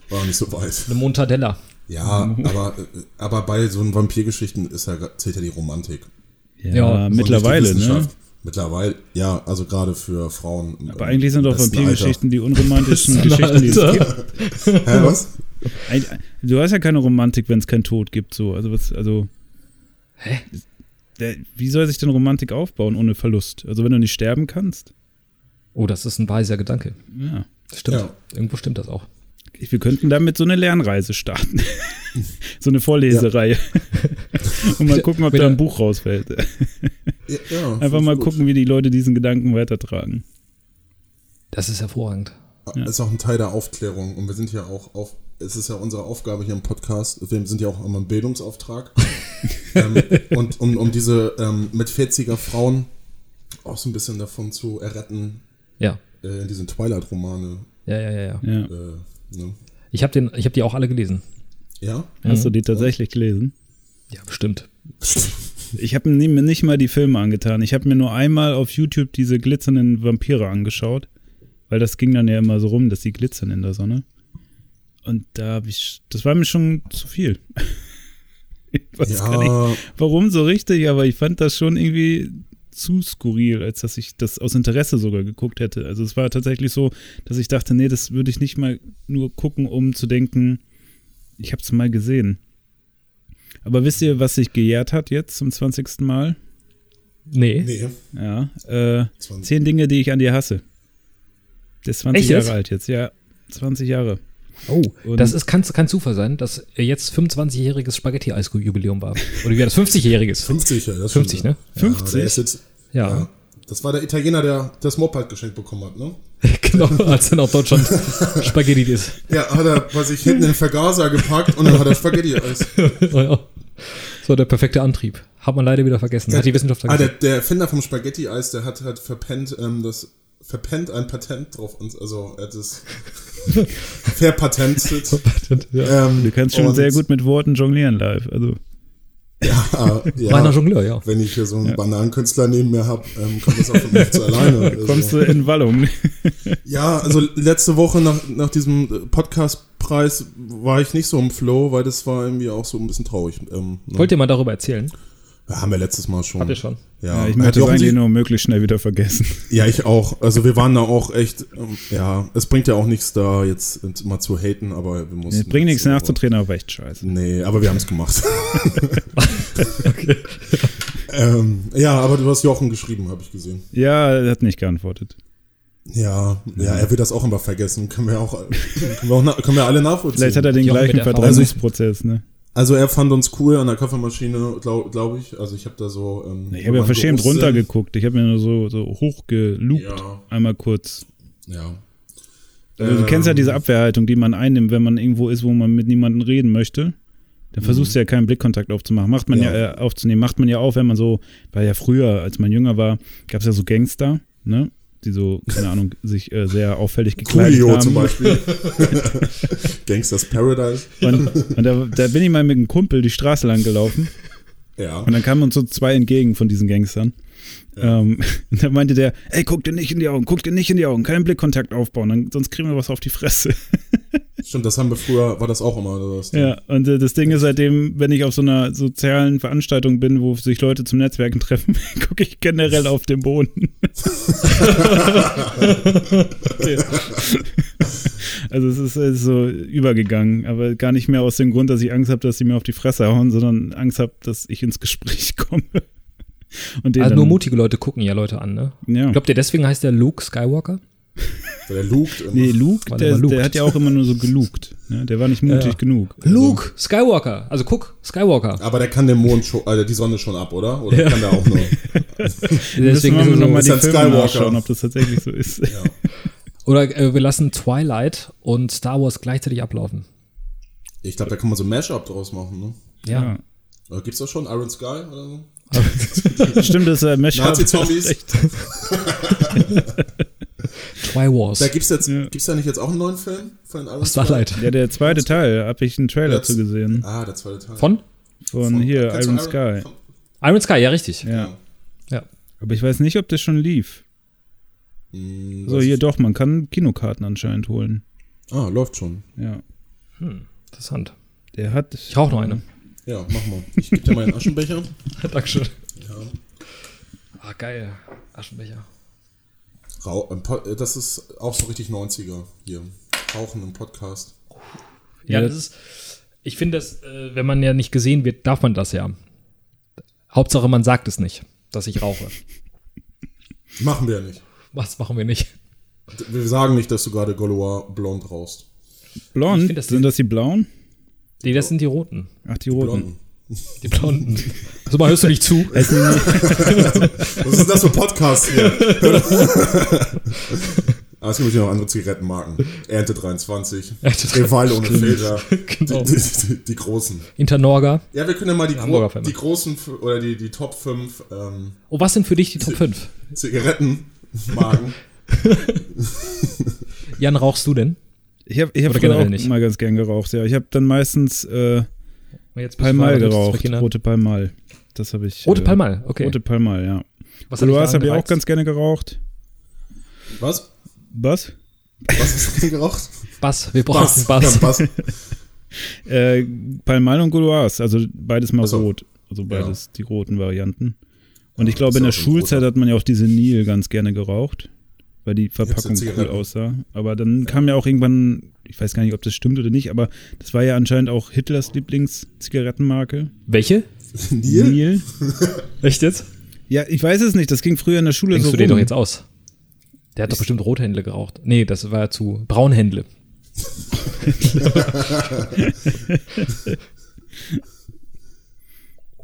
Speaker 1: waren nicht so weit.
Speaker 2: Eine Montadella.
Speaker 1: Ja, aber, äh, aber bei so einen Vampirgeschichten ist ja, zählt ja die Romantik.
Speaker 3: Ja,
Speaker 2: Ja,
Speaker 1: Und nicht die
Speaker 3: mittlerweile, ne?
Speaker 1: Wissenschaft. Mittlerweile, ja, also gerade für Frauen.
Speaker 3: Aber eigentlich sind doch
Speaker 1: Besten
Speaker 3: Vampirgeschichten die unromantischen
Speaker 2: Alter.
Speaker 3: Geschichten, die es gibt.
Speaker 1: Alter. Hä, was?
Speaker 3: Ein- Du hast ja keine Romantik, wenn es keinen Tod gibt, so. Also, was, also.
Speaker 2: Hä?
Speaker 3: Der, wie soll sich denn Romantik aufbauen ohne Verlust? Also, wenn du nicht sterben kannst?
Speaker 2: Oh, das ist ein weiser Gedanke.
Speaker 3: Ja.
Speaker 2: Das stimmt.
Speaker 1: Ja.
Speaker 2: Irgendwo stimmt das auch.
Speaker 3: Ich- Wir könnten damit so eine Lernreise starten. so eine Vorlesereihe. Und mal gucken, ob
Speaker 2: Mit
Speaker 3: da
Speaker 2: der-
Speaker 3: ein Buch rausfällt.
Speaker 1: Ja, ja, finde
Speaker 3: Einfach
Speaker 1: ich
Speaker 3: mal
Speaker 1: gut.
Speaker 3: gucken, wie die Leute diesen Gedanken weitertragen.
Speaker 2: Das ist hervorragend.
Speaker 3: Ja.
Speaker 1: Ah, Ist auch ein Teil der Aufklärung. Und wir sind ja auch auf, es ist ja unsere Aufgabe hier im Podcast, wir sind ja auch immer im Bildungsauftrag. ähm, und um, um diese ähm, mit 40er Frauen auch so ein bisschen davon zu erretten,
Speaker 2: Ja.
Speaker 1: äh, diese Twilight-Romane.
Speaker 2: Ja, ja, ja, ja.
Speaker 3: Ja.
Speaker 1: Äh, ne?
Speaker 2: Ich habe den- ich hab die auch alle gelesen. Mhm.
Speaker 1: Ja?
Speaker 3: Hast du die tatsächlich gelesen?
Speaker 2: Ja, bestimmt.
Speaker 3: Ich habe mir nicht mal die Filme angetan. Ich habe mir nur einmal auf YouTube diese glitzernden Vampire angeschaut, weil das ging dann ja immer so rum, dass die glitzern in der Sonne. Und da habe ich, das war mir schon zu viel. Ich weiß gar nicht,
Speaker 1: Ja,
Speaker 3: warum so richtig, aber ich fand das schon irgendwie zu skurril, als dass ich das aus Interesse sogar geguckt hätte. Also es war tatsächlich so, dass ich dachte, nee, das würde ich nicht mal nur gucken, um zu denken, ich habe es mal gesehen. Aber wisst ihr, was sich gejährt hat jetzt zum 20. Mal?
Speaker 2: Nee.
Speaker 1: nee.
Speaker 3: Ja, äh,
Speaker 1: das war-
Speaker 3: zehn Dinge, die ich an dir hasse. Der ist 20
Speaker 2: Echt jetzt?
Speaker 3: Jahre alt jetzt, ja. 20 Jahre.
Speaker 2: Oh,
Speaker 3: Und-
Speaker 2: das ist, kann, kann Zufall sein, dass jetzt 25-jähriges Spaghetti-Eis-Jubiläum war. Oder wie war das? 50-jähriges.
Speaker 1: 50, ja, das
Speaker 2: 50, ne?
Speaker 1: Ja, der
Speaker 3: 50?
Speaker 1: ist jetzt,
Speaker 2: Ja.
Speaker 1: ja. Das war der Italiener, der das Moped geschenkt bekommen hat, ne?
Speaker 2: genau, als dann auch Deutschland Spaghetti ist.
Speaker 1: Ja, hat er bei sich hinten in den Vergaser gepackt und dann hat er Spaghetti-Eis.
Speaker 2: Oh ja. So, der perfekte Antrieb. Hat man leider wieder vergessen. Hat die Wissenschaftler
Speaker 1: Ah, der,
Speaker 2: gesagt.
Speaker 1: der Erfinder vom Spaghetti-Eis, der hat halt verpennt, ähm, das verpennt ein Patent drauf uns, also er hat es verpatentet.
Speaker 2: Ja.
Speaker 1: Ähm,
Speaker 3: Du kannst schon
Speaker 1: und-
Speaker 3: sehr gut mit Worten jonglieren live. Also,
Speaker 1: ah, Ja, ja,
Speaker 2: Meiner Jongleur, ja.
Speaker 1: wenn ich hier so einen Bananenkünstler neben mir habe, ähm, kommt das auch von mir zu alleine. Also,
Speaker 3: kommst du in Wallung.
Speaker 1: Ja, also letzte Woche nach, nach diesem äh, Podcastpreis war ich nicht so im Flow, weil das war irgendwie auch so ein bisschen traurig. Ähm, ne?
Speaker 2: Wollt ihr mal darüber erzählen?
Speaker 1: ja, haben wir letztes Mal schon.
Speaker 2: Habt ihr schon?
Speaker 1: Ja,
Speaker 3: Ja, ich
Speaker 1: Hat
Speaker 3: möchte es
Speaker 1: Jochen
Speaker 3: eigentlich
Speaker 1: sich-
Speaker 3: nur möglichst schnell wieder vergessen.
Speaker 1: Ja, ich auch. Also wir waren da auch echt, ähm, ja, es bringt ja auch nichts da jetzt mal zu haten, aber wir mussten...
Speaker 3: Es bringt nichts
Speaker 1: jetzt-
Speaker 3: nachzutreten, aber echt scheiße.
Speaker 1: Nee, aber wir haben es gemacht. ähm, ja, aber du hast Jochen geschrieben, habe ich gesehen.
Speaker 3: Ja, er hat nicht geantwortet.
Speaker 1: Ja, ja, er wird das auch immer vergessen. Können wir auch, können wir, auch na, können wir alle nachvollziehen.
Speaker 3: Vielleicht hat er den
Speaker 2: Jochen
Speaker 3: gleichen
Speaker 2: mit Erfahrung.
Speaker 3: Verdrängungsprozess, ne?
Speaker 1: also er fand uns cool an der Kaffeemaschine, glaube glaub ich. Also ich habe da so... Ähm,
Speaker 3: Ich habe ja
Speaker 1: meinen
Speaker 3: verschämt
Speaker 1: Geruchssinn-
Speaker 3: runtergeguckt. Ich habe mir nur so, so hochgeloopt.
Speaker 1: Ja.
Speaker 3: Einmal kurz.
Speaker 1: Ja. Ähm,
Speaker 3: Also, du kennst ja diese Abwehrhaltung, die man einnimmt, wenn man irgendwo ist, wo man mit niemandem reden möchte. Dann versuchst du ja keinen Blickkontakt aufzumachen. Macht man ja,
Speaker 1: Mhm. Ja.
Speaker 3: äh, aufzunehmen, macht man ja auf, wenn man so, weil ja früher, als man jünger war, gab es ja so Gangster, ne? Die so, keine Ahnung, sich äh, sehr auffällig gekleidet
Speaker 1: Coolio
Speaker 3: haben.
Speaker 1: zum Beispiel. Gangsters Paradise.
Speaker 3: Und, und da, da bin ich mal mit einem Kumpel die Straße lang gelaufen
Speaker 1: Ja.
Speaker 3: und dann kamen uns so zwei entgegen von diesen Gangstern. Ähm, und dann meinte der, ey, guck dir nicht in die Augen, guck dir nicht in die Augen, keinen Blickkontakt aufbauen, dann, sonst kriegen wir was auf die Fresse.
Speaker 1: Stimmt, das haben wir früher, war das auch immer so das Ding.
Speaker 3: Ja, und äh, das Ding ist seitdem, wenn ich auf so einer sozialen Veranstaltung bin, wo sich Leute zum Netzwerken treffen, gucke ich generell auf den Boden. also es ist, äh, so übergegangen, aber gar nicht mehr aus dem Grund, dass ich Angst habe, dass sie mir auf die Fresse hauen, sondern Angst habe, dass ich ins Gespräch komme. Und denen
Speaker 2: Also nur
Speaker 3: dann-
Speaker 2: mutige Leute gucken ja Leute an, ne?
Speaker 3: Ja.
Speaker 2: Glaubt ihr, deswegen heißt der Luke Skywalker?
Speaker 1: Weil Der lugt immer.
Speaker 3: Nee, Luke,
Speaker 2: Weil er
Speaker 3: der,
Speaker 2: immer
Speaker 3: der
Speaker 2: lugt.
Speaker 3: hat ja auch immer nur so gelugt. Ne? Der war nicht mutig
Speaker 2: Ja.
Speaker 3: genug. Also,
Speaker 2: Luke Skywalker. Also guck, Skywalker.
Speaker 1: Aber der kann den Mond schon, also die Sonne schon ab, oder? Oder kann der auch nur?
Speaker 3: Deswegen
Speaker 2: Deswegen ist
Speaker 3: müssen wir
Speaker 2: es so,
Speaker 3: nochmal
Speaker 1: ist
Speaker 3: die
Speaker 1: ein
Speaker 3: Filme
Speaker 1: Skywalker.
Speaker 3: nachschauen, ob das tatsächlich so ist.
Speaker 2: Oder äh, wir lassen Twilight und Star Wars gleichzeitig ablaufen.
Speaker 1: Ich glaube, da kann man so ein Mashup draus machen, ne?
Speaker 2: Ja.
Speaker 3: Ja.
Speaker 1: Oder gibt's da schon Iron Sky oder so?
Speaker 3: Stimmt, das ist äh, Mesh
Speaker 1: Nazi-Zombies.
Speaker 2: Twywars.
Speaker 1: Da gibt's jetzt,
Speaker 3: Ja.
Speaker 1: gibt's da nicht jetzt auch einen neuen Film von Alan
Speaker 2: Starlight.
Speaker 3: Ja, der zweite Teil, habe ich einen Trailer zu gesehen.
Speaker 1: Ah, der zweite Teil.
Speaker 2: Von?
Speaker 3: Von, hier,
Speaker 1: kennst du
Speaker 3: Iron Sky.
Speaker 1: von-
Speaker 2: Iron Sky, ja, richtig.
Speaker 3: Ja.
Speaker 2: Ja.
Speaker 3: Aber ich weiß nicht, ob das schon lief.
Speaker 1: Hm,
Speaker 3: So,
Speaker 1: was-
Speaker 3: hier doch, man kann Kinokarten anscheinend holen.
Speaker 1: Ah, läuft schon.
Speaker 3: Ja.
Speaker 2: Interessant.
Speaker 3: Der hat.
Speaker 2: Ich rauche noch eine.
Speaker 1: Ja, mach mal. Ich gebe dir meinen Aschenbecher.
Speaker 2: Dankeschön.
Speaker 1: Ja.
Speaker 2: Ah, geil. Aschenbecher.
Speaker 1: Rau im Po- äh, das ist auch so richtig 90er hier. Rauchen im Podcast.
Speaker 2: Ja,
Speaker 3: Ja.
Speaker 2: das ist. Ich finde, dass, äh, wenn man ja nicht gesehen wird, darf man das ja. Hauptsache, man sagt es nicht, dass ich rauche.
Speaker 1: Machen wir ja nicht.
Speaker 2: Was machen wir nicht?
Speaker 1: D- Wir sagen nicht, dass du gerade Goloir blond rauchst.
Speaker 3: Blond.
Speaker 2: Ich find, das
Speaker 3: sind
Speaker 2: sieht-
Speaker 3: das die blauen?
Speaker 2: Die, das sind die Roten.
Speaker 3: Ach, die roten.
Speaker 1: Blonden.
Speaker 2: Die Blonden. Also mal hörst du nicht zu.
Speaker 1: Was ist denn das für ein Podcast hier? Aber Ah, es gibt natürlich noch andere Zigarettenmarken. Ernte 23,
Speaker 2: Ernte
Speaker 1: Reval ohne Filter,
Speaker 3: Oh.
Speaker 2: Genau.
Speaker 1: die, die, die, die großen.
Speaker 2: Internorga.
Speaker 1: Ja, wir können ja mal die,
Speaker 2: Hamburger
Speaker 1: gro
Speaker 2: Filme.
Speaker 3: ne?
Speaker 1: die großen f- oder die, die Top 5 ähm,
Speaker 2: Oh, was sind für dich die Top 5?
Speaker 1: Zigarettenmarken.
Speaker 2: Jan, rauchst du denn?
Speaker 3: Ich habe ich hab
Speaker 2: Oder
Speaker 3: früher
Speaker 2: generell
Speaker 3: auch
Speaker 2: nicht.
Speaker 3: mal ganz gern geraucht, ja. Ich habe dann meistens äh,
Speaker 2: Und Jetzt bist du
Speaker 3: Palmal
Speaker 2: verheiratet, hast
Speaker 3: geraucht.
Speaker 2: Kinder.
Speaker 3: Rote Palmal. Das habe ich.
Speaker 2: Rote
Speaker 3: äh,
Speaker 2: Palmal, okay.
Speaker 3: Rote Palmal, ja.
Speaker 2: was hat dich
Speaker 3: Goloirs
Speaker 2: daran
Speaker 3: habe ich auch
Speaker 2: gereizt?
Speaker 3: ganz gerne geraucht.
Speaker 1: Was?
Speaker 3: Was?
Speaker 1: Was hast du denn geraucht?
Speaker 2: Bass, wir brauchen Bass.
Speaker 1: Ja, Bass.
Speaker 3: Äh, Palmal und Goloirs, also beides mal
Speaker 1: Ach so.
Speaker 3: rot. Also beides die roten Varianten. Und ich
Speaker 1: Ja,
Speaker 3: glaube,
Speaker 1: ist
Speaker 3: in der
Speaker 1: auch so ein
Speaker 3: Schulzeit
Speaker 1: roter.
Speaker 3: hat man ja auch diese Nil ganz gerne geraucht, weil die Verpackung cool
Speaker 1: Zigaretten.
Speaker 3: aussah. Aber dann kam ja auch irgendwann, ich weiß gar nicht, ob das stimmt oder nicht, aber das war ja anscheinend auch Hitlers Lieblingszigarettenmarke.
Speaker 2: Welche?
Speaker 1: Neil?
Speaker 3: Nil.
Speaker 2: Echt jetzt?
Speaker 3: Ja, ich weiß es nicht, das ging früher in der Schule
Speaker 2: Denkst
Speaker 3: so
Speaker 2: du den
Speaker 3: rum.
Speaker 2: doch jetzt aus? Der hat doch bestimmt Rothändle geraucht. Nee, das war zu Braunhändle.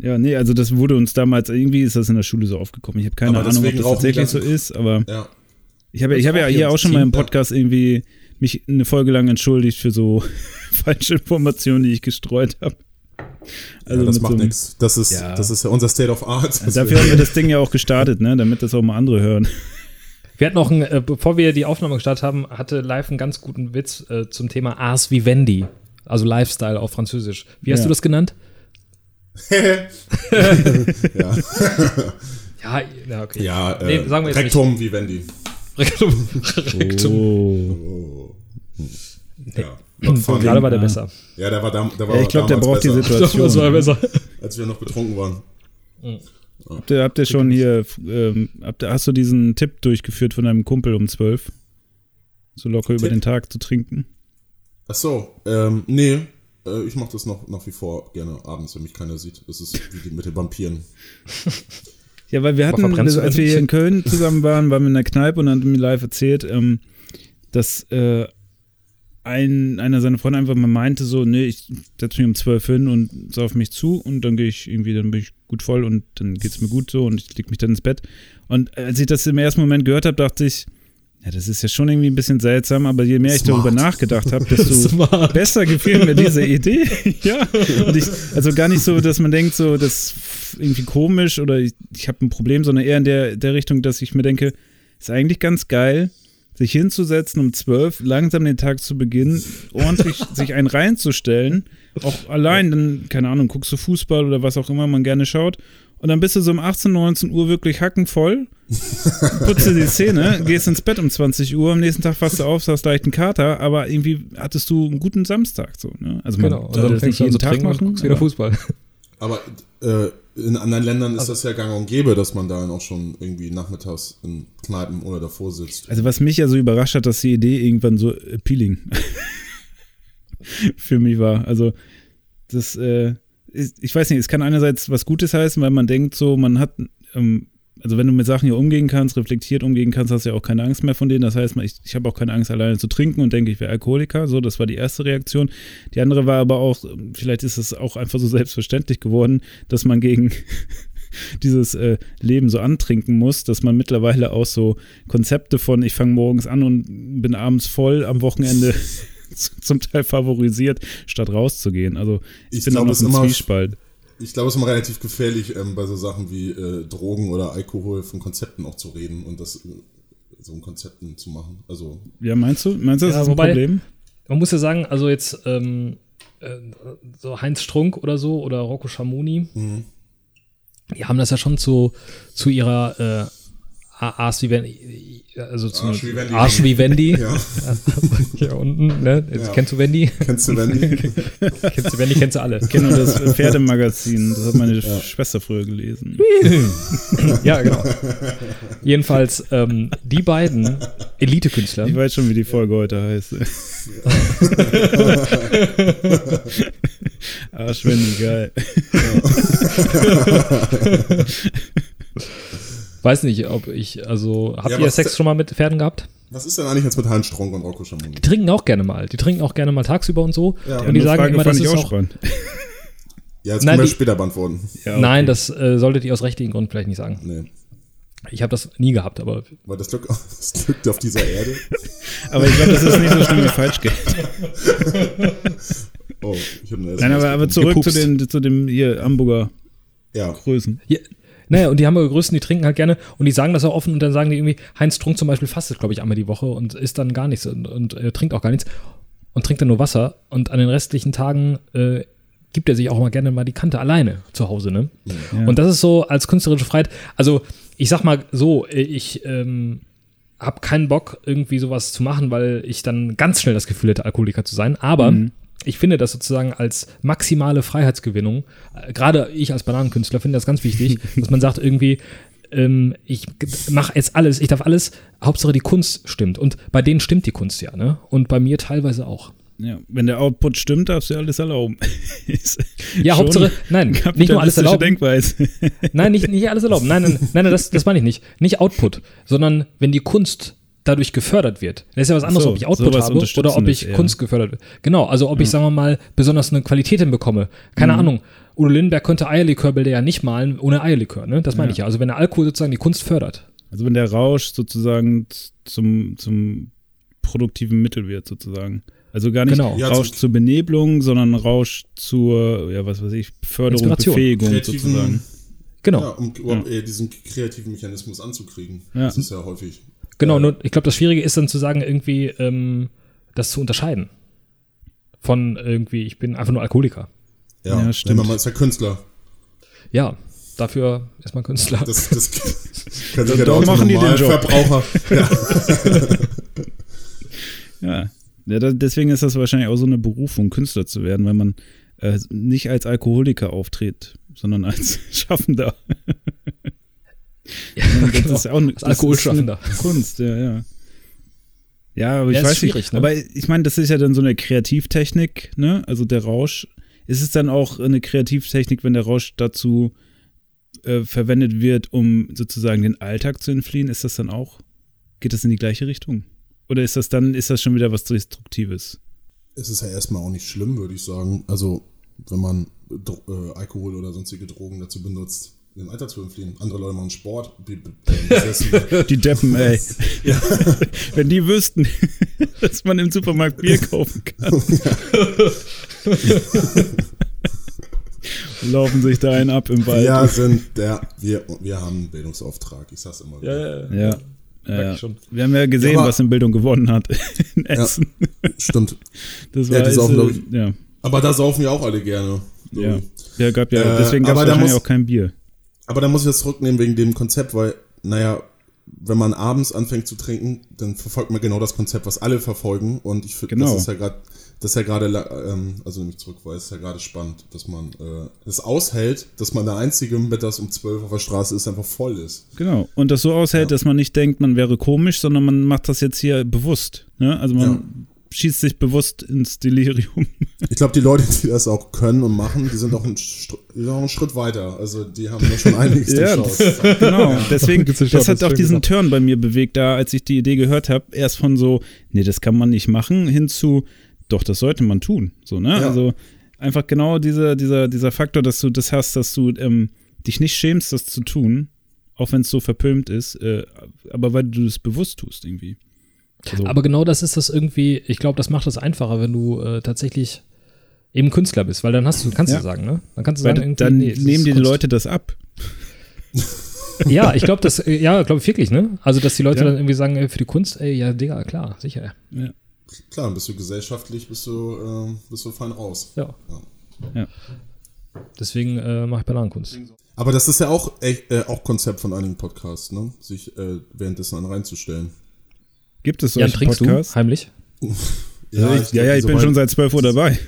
Speaker 3: Ja, nee, also das wurde uns damals, irgendwie ist das in der Schule so aufgekommen. Ich habe keine
Speaker 1: Aber
Speaker 3: Ahnung, ob
Speaker 1: deswegen
Speaker 3: das
Speaker 1: rauchen die
Speaker 3: tatsächlich so
Speaker 1: ganzen-
Speaker 3: ist, aber
Speaker 1: Ja.
Speaker 3: Ich habe ich habe ja
Speaker 2: auch hier
Speaker 3: hier auch
Speaker 2: ums
Speaker 3: schon mal im
Speaker 1: Team, ja.
Speaker 3: Podcast irgendwie mich eine Folge lang entschuldigt für so falsche Informationen, die ich gestreut habe. Also
Speaker 1: ja, das
Speaker 3: mit
Speaker 1: macht
Speaker 3: so einem-
Speaker 1: nichts. Das ist,
Speaker 3: Ja.
Speaker 1: das ist ja unser State of Art.
Speaker 3: Also dafür haben wir das Ding ja auch gestartet, ne, damit das auch mal andere hören.
Speaker 2: Wir hatten noch einen, äh, bevor wir die Aufnahme gestartet haben, hatte live einen ganz guten Witz äh, zum Thema Ars Vivendi. Also Lifestyle auf Französisch. Wie hast
Speaker 3: Ja.
Speaker 2: du das genannt?
Speaker 1: ja,
Speaker 2: Ja, ja okay.
Speaker 1: ja äh,
Speaker 2: Nee, sagen wir jetzt
Speaker 1: Rektum wie Wendy.
Speaker 2: Rektum. Rektum.
Speaker 3: Oh.
Speaker 1: Ja. Not fun.
Speaker 2: Gerade war der
Speaker 3: Ah.
Speaker 2: besser.
Speaker 1: Ja, der war, dam, der war
Speaker 3: Ja, ich glaube, der
Speaker 1: damals
Speaker 3: braucht die
Speaker 1: besser,
Speaker 3: Situation.
Speaker 2: Das war besser.
Speaker 1: als wir noch betrunken waren.
Speaker 3: Habt ihr, habt ihr schon hier, ähm, habt ihr, hast du diesen Tipp durchgeführt von deinem Kumpel um 12? So locker über
Speaker 1: Tipp?
Speaker 3: den Tag zu trinken?
Speaker 1: Ach so, ähm, nee, äh, ich mache das noch nach wie vor gerne abends, wenn mich keiner sieht. Das ist wie die mit den Vampiren.
Speaker 3: Ja, weil wir
Speaker 2: Aber
Speaker 3: hatten,
Speaker 2: verbrennst du
Speaker 3: als
Speaker 2: das
Speaker 3: wir
Speaker 2: nicht?
Speaker 3: hier in Köln zusammen waren, waren wir in der Kneipe und haben mir live erzählt, ähm, dass äh, ein, einer seiner Freunde einfach mal meinte so, nee, ich setze mich um zwölf hin und sauf mich zu und dann gehe ich irgendwie, dann bin ich gut voll und dann geht's mir gut so und ich leg mich dann ins Bett. Und als ich das im ersten Moment gehört habe, dachte ich, ja, das ist ja schon irgendwie ein bisschen seltsam, aber je mehr ich
Speaker 1: Smart.
Speaker 3: darüber nachgedacht habe, desto besser gefiel mir diese Idee. ja. Und ich, also gar nicht so, dass man denkt, so, das ist irgendwie komisch oder ich, ich habe ein Problem, sondern eher in der, der Richtung, dass ich mir denke, ist eigentlich ganz geil, sich hinzusetzen um zwölf, langsam den Tag zu beginnen, ordentlich sich einen reinzustellen, auch allein, dann, keine Ahnung, guckst du Fußball oder was auch immer man gerne schaut. Und dann bist du so um 18, 19 Uhr wirklich hackenvoll, putzt dir die Zähne, gehst ins Bett um 20 Uhr, am nächsten Tag wachst du auf, hast leicht einen Kater, aber irgendwie hattest du einen guten Samstag. So, ne? Also man
Speaker 2: Genau. Und
Speaker 3: sollte
Speaker 2: dann
Speaker 3: das
Speaker 2: fängst
Speaker 3: nicht
Speaker 2: du an
Speaker 3: jeden
Speaker 2: zu
Speaker 3: Tag
Speaker 2: trinken und
Speaker 3: machen.
Speaker 2: guckst wieder
Speaker 3: aber-
Speaker 2: Fußball.
Speaker 1: Aber äh, in anderen Ländern ist das ja gang und gäbe, dass man da dann auch schon irgendwie nachmittags in Kneipen oder davor sitzt.
Speaker 3: Also was mich ja so überrascht hat, dass die Idee irgendwann so appealing für mich war. Also das, äh, ist, ich weiß nicht, es kann einerseits was Gutes heißen, weil man denkt so, man hat, ähm, also wenn du mit Sachen hier umgehen kannst, reflektiert umgehen kannst, hast du ja auch keine Angst mehr von denen. Das heißt, man- ich, ich habe auch keine Angst, alleine zu trinken und denke, ich wäre Alkoholiker. So, das war die erste Reaktion. Die andere war aber auch, ähm, vielleicht ist es auch einfach so selbstverständlich geworden, dass man gegen dieses äh, Leben so antrinken muss, dass man mittlerweile auch so Konzepte von ich fange morgens an und bin abends voll am Wochenende z- zum Teil favorisiert, statt rauszugehen. Also ich,
Speaker 1: Ich
Speaker 3: bin
Speaker 1: glaub,
Speaker 3: da noch
Speaker 1: das
Speaker 3: im
Speaker 1: immer-
Speaker 3: Zwiespalt.
Speaker 1: ich glaube, es ist mal relativ gefährlich, ähm, bei so Sachen wie äh, Drogen oder Alkohol von Konzepten auch zu reden und das äh, so in Konzepten zu machen. Also,
Speaker 3: Ja, meinst du? Meinst du, das
Speaker 2: Ja,
Speaker 3: ist ein
Speaker 2: wobei-
Speaker 3: Problem?
Speaker 2: Man muss ja sagen, also jetzt ähm, äh, so Heinz Strunk oder so oder Rocco Schamoni,
Speaker 1: Mhm.
Speaker 2: die haben das ja schon zu, zu ihrer äh, Ars Vivendi, also zu
Speaker 1: Arsch Vivendi.
Speaker 2: Arsch Vivendi
Speaker 1: ja,
Speaker 2: hier unten, ne? Jetzt
Speaker 1: Ja.
Speaker 2: Kennst du Wendy?
Speaker 1: kennst du Wendy?
Speaker 2: kennst du Wendy, kennst du alle.
Speaker 3: Genau, das Pferdemagazin, das hat meine Schwester früher gelesen.
Speaker 2: ja, genau. Jedenfalls, ähm, die beiden Elite-Künstler.
Speaker 3: Ich weiß schon, wie die Folge heute heißt. Arsch, wenn die geil.
Speaker 2: Weiß nicht, ob ich, also, habt
Speaker 1: Ja,
Speaker 2: ihr
Speaker 1: was-
Speaker 2: Sex schon mal mit Pferden gehabt?
Speaker 1: Was ist denn eigentlich jetzt mit Hans Strunk und Rocco Schamoni?
Speaker 2: Die trinken auch gerne mal. Die trinken auch gerne mal tagsüber und so.
Speaker 1: Ja.
Speaker 2: und die
Speaker 3: Andere
Speaker 2: sagen
Speaker 3: Frage
Speaker 2: immer,
Speaker 3: fand
Speaker 2: das
Speaker 3: ich
Speaker 2: ist auch.
Speaker 3: spannend.
Speaker 1: Ja, jetzt
Speaker 2: Nein,
Speaker 1: können wir
Speaker 2: die-
Speaker 1: später beantworten.
Speaker 3: Ja, okay.
Speaker 2: Nein, das äh, solltet ihr aus rechtlichen Gründen vielleicht nicht sagen.
Speaker 1: Nee,
Speaker 2: Ich habe das nie gehabt, aber
Speaker 1: weil das Glück, das Glück auf dieser Erde.
Speaker 3: Aber ich glaube, das ist nicht so schlimm wie Falschgeld.
Speaker 1: Oh, ich habe eine
Speaker 3: Nein,
Speaker 1: SMS
Speaker 3: aber, aber zurück zu
Speaker 2: Gepupst.
Speaker 3: den, zu dem hier Hamburger
Speaker 1: um Ja,
Speaker 3: Größen.
Speaker 2: Ja, naja, und die Hamburger Größen, die trinken halt gerne und die sagen das auch offen und dann sagen die irgendwie, Heinz Strunk zum Beispiel fastet, glaube ich, einmal die Woche und isst dann gar nichts und, und äh, trinkt auch gar nichts und trinkt dann nur Wasser und an den restlichen Tagen äh, gibt er sich auch mal gerne mal die Kante alleine zu Hause, ne? Und das ist so als künstlerische Freiheit, also ich sag mal so, äh, ich ähm, habe keinen Bock, irgendwie sowas zu machen, weil ich dann ganz schnell das Gefühl hätte, Alkoholiker zu sein, aber ich finde das sozusagen als maximale Freiheitsgewinnung, äh, gerade ich als Bananenkünstler finde das ganz wichtig, dass man sagt irgendwie, ähm, ich mache jetzt alles, ich darf alles, Hauptsache die Kunst stimmt. Und bei denen stimmt die Kunst ja, ne? Und bei mir teilweise auch.
Speaker 3: Ja, wenn der Output stimmt, darfst du ja alles erlauben. Ist
Speaker 2: Ja,
Speaker 3: schon
Speaker 2: Hauptsache, nein, nicht nur alles
Speaker 3: kapitalistische
Speaker 2: erlauben.
Speaker 3: Denkweise.
Speaker 2: Nein, nicht, nicht alles erlauben. Nein, nein, nein, nein das, das meine ich nicht. Nicht Output, sondern wenn die Kunst dadurch gefördert wird. Das ist ja was anderes,
Speaker 3: so,
Speaker 2: ob ich Output
Speaker 3: sowas
Speaker 2: habe oder ob
Speaker 3: Unterstützendes
Speaker 2: ich
Speaker 3: eher. Hm.
Speaker 2: Kunst gefördert wird. Genau, also ob ich, sagen wir mal, besonders eine Qualität hinbekomme. Keine Ahnung. Udo Lindenberg könnte Eierlikörbilder ja nicht malen ohne Eierlikör, ne? Das meine ich ja. Also wenn der Alkohol sozusagen die Kunst fördert.
Speaker 3: Also wenn der Rausch sozusagen z- zum, zum produktiven Mittel wird, sozusagen. Also gar nicht
Speaker 2: Genau.
Speaker 1: Ja,
Speaker 3: Rausch
Speaker 1: zum-
Speaker 3: zur Benebelung, sondern Rausch zur, ja, was weiß ich, Förderung,
Speaker 2: Inspiration.
Speaker 3: Befähigung
Speaker 1: kreativen,
Speaker 3: sozusagen.
Speaker 2: Genau.
Speaker 1: ja, um überhaupt eher diesen kreativen Mechanismus anzukriegen.
Speaker 3: Ja.
Speaker 1: Das ist ja häufig.
Speaker 2: Genau, nur ich glaube, das Schwierige ist dann zu sagen, irgendwie ähm, das zu unterscheiden. Von irgendwie, ich bin einfach nur Alkoholiker.
Speaker 1: Ja,
Speaker 3: Ja, stimmt.
Speaker 1: Man ist ja Künstler.
Speaker 2: Ja, dafür erstmal Künstler.
Speaker 1: Das, das kann sich ja
Speaker 3: doch
Speaker 1: der
Speaker 3: machen die den Job.
Speaker 1: Verbraucher.
Speaker 3: Ja. ja da, deswegen ist das wahrscheinlich auch so eine Berufung, Künstler zu werden, weil man äh, nicht als Alkoholiker auftritt, sondern als Schaffender.
Speaker 2: ja,
Speaker 3: Und
Speaker 2: genau. Als
Speaker 3: auch eine, das ist eine
Speaker 2: Alkoholschaffender.
Speaker 3: Kunst, ja, ja. Ja, aber ich
Speaker 2: Ja, ist
Speaker 3: weiß
Speaker 2: schwierig,
Speaker 3: nicht.
Speaker 2: ne?
Speaker 3: Aber ich meine, das ist ja dann so eine Kreativtechnik, ne? Also der Rausch. Ist es dann auch eine Kreativtechnik, wenn der Rausch dazu äh, verwendet wird, um sozusagen den Alltag zu entfliehen? Ist das dann auch? Geht das in die gleiche Richtung? Oder ist das dann, ist das schon wieder was Destruktives?
Speaker 1: es ist ja erstmal auch nicht schlimm, würde ich sagen. Also, wenn man Dro äh, Alkohol oder sonstige Drogen dazu benutzt, den Alter zu entfliehen. Andere Leute machen Sport. die- die- die besessen-
Speaker 3: Die Deppen, ey. Wenn die wüssten, dass man im Supermarkt Bier kaufen kann. Und Laufen sich da einen ab im Wald.
Speaker 1: wir sind der, wir, wir haben einen Bildungsauftrag. Ich sag's immer wieder.
Speaker 3: ja.
Speaker 2: Merk
Speaker 3: ja.
Speaker 2: ich schon.
Speaker 3: Wir haben ja gesehen,
Speaker 1: Aber-
Speaker 3: was in Bildung gewonnen hat in Essen.
Speaker 1: Stimmt.
Speaker 3: Das
Speaker 1: Ja, die
Speaker 3: ist,
Speaker 1: saufen,
Speaker 3: äh,
Speaker 1: glaub ich.
Speaker 3: ja,
Speaker 1: Aber da saufen ja auch alle gerne.
Speaker 3: ja. ja, gab ja,
Speaker 1: Äh,
Speaker 3: deswegen gab es
Speaker 1: aber da
Speaker 3: wahrscheinlich
Speaker 1: muss-
Speaker 3: auch kein Bier.
Speaker 1: Aber da muss ich das zurücknehmen wegen dem Konzept, weil, naja, wenn man abends anfängt zu trinken, dann verfolgt man genau das Konzept, was alle verfolgen. Und ich finde,
Speaker 3: Genau.
Speaker 1: das ist ja gerade, das ist ja gerade, la- ähm, also nämlich zurück, weil es ist ja gerade spannend, dass man äh, es aushält, dass man der Einzige mit das um 12 auf der Straße ist, einfach voll ist.
Speaker 3: Genau. Und das so aushält, dass man nicht denkt, man wäre komisch, sondern man macht das jetzt hier bewusst. Ne? Also man
Speaker 1: Ja.
Speaker 3: schießt sich bewusst ins Delirium.
Speaker 1: Ich glaube, die Leute, die das auch können und machen, die sind auch einen, Str- die sind auch einen Schritt weiter. Also die haben da schon einiges
Speaker 3: Ja,
Speaker 1: durchschaut.
Speaker 3: Genau, deswegen,
Speaker 2: Gibt's den
Speaker 3: das
Speaker 2: Shot,
Speaker 3: hat
Speaker 2: das
Speaker 3: auch
Speaker 2: ist schön
Speaker 3: diesen Turn bei mir bewegt, da als ich die Idee gehört habe, erst von so, nee, das kann man nicht machen, hin zu, doch, das sollte man tun. So, ne?
Speaker 1: Ja.
Speaker 3: Also einfach genau dieser, dieser, dieser Faktor, dass du das hast, dass du ähm, dich nicht schämst, das zu tun, auch wenn es so verpönt ist, äh, aber weil du es bewusst tust irgendwie. Also,
Speaker 2: Aber genau das ist das irgendwie, ich glaube, das macht das einfacher, wenn du äh, tatsächlich eben Künstler bist, weil dann hast du, kannst
Speaker 3: Ja.
Speaker 2: du sagen, ne? Dann kannst du
Speaker 3: Weil
Speaker 2: sagen, irgendwie,
Speaker 3: dann
Speaker 2: nee, es
Speaker 3: nehmen
Speaker 2: ist
Speaker 3: dir die
Speaker 2: Kunst.
Speaker 3: Leute das ab.
Speaker 2: Ja, ich glaube, das, äh, ja, glaube ich wirklich, ne? Also, dass die Leute
Speaker 3: Ja.
Speaker 2: dann irgendwie sagen, äh, für die Kunst, ey, ja, Digga, klar, sicher.
Speaker 1: Klar, bist du gesellschaftlich, bist du, ähm, bist du fein raus.
Speaker 2: Ja.
Speaker 3: Ja.
Speaker 2: Deswegen äh, mache ich Bananenkunst.
Speaker 1: Aber das ist ja auch echt, äh, auch Konzept von einigen Podcasts, ne? Sich äh, währenddessen einen reinzustellen.
Speaker 3: Gibt es
Speaker 2: Jan,
Speaker 3: solche
Speaker 2: trinkst
Speaker 3: Podcasts?
Speaker 2: du heimlich?
Speaker 3: Ja, ich, ja, ja, ich bin schon seit 12 Uhr dabei.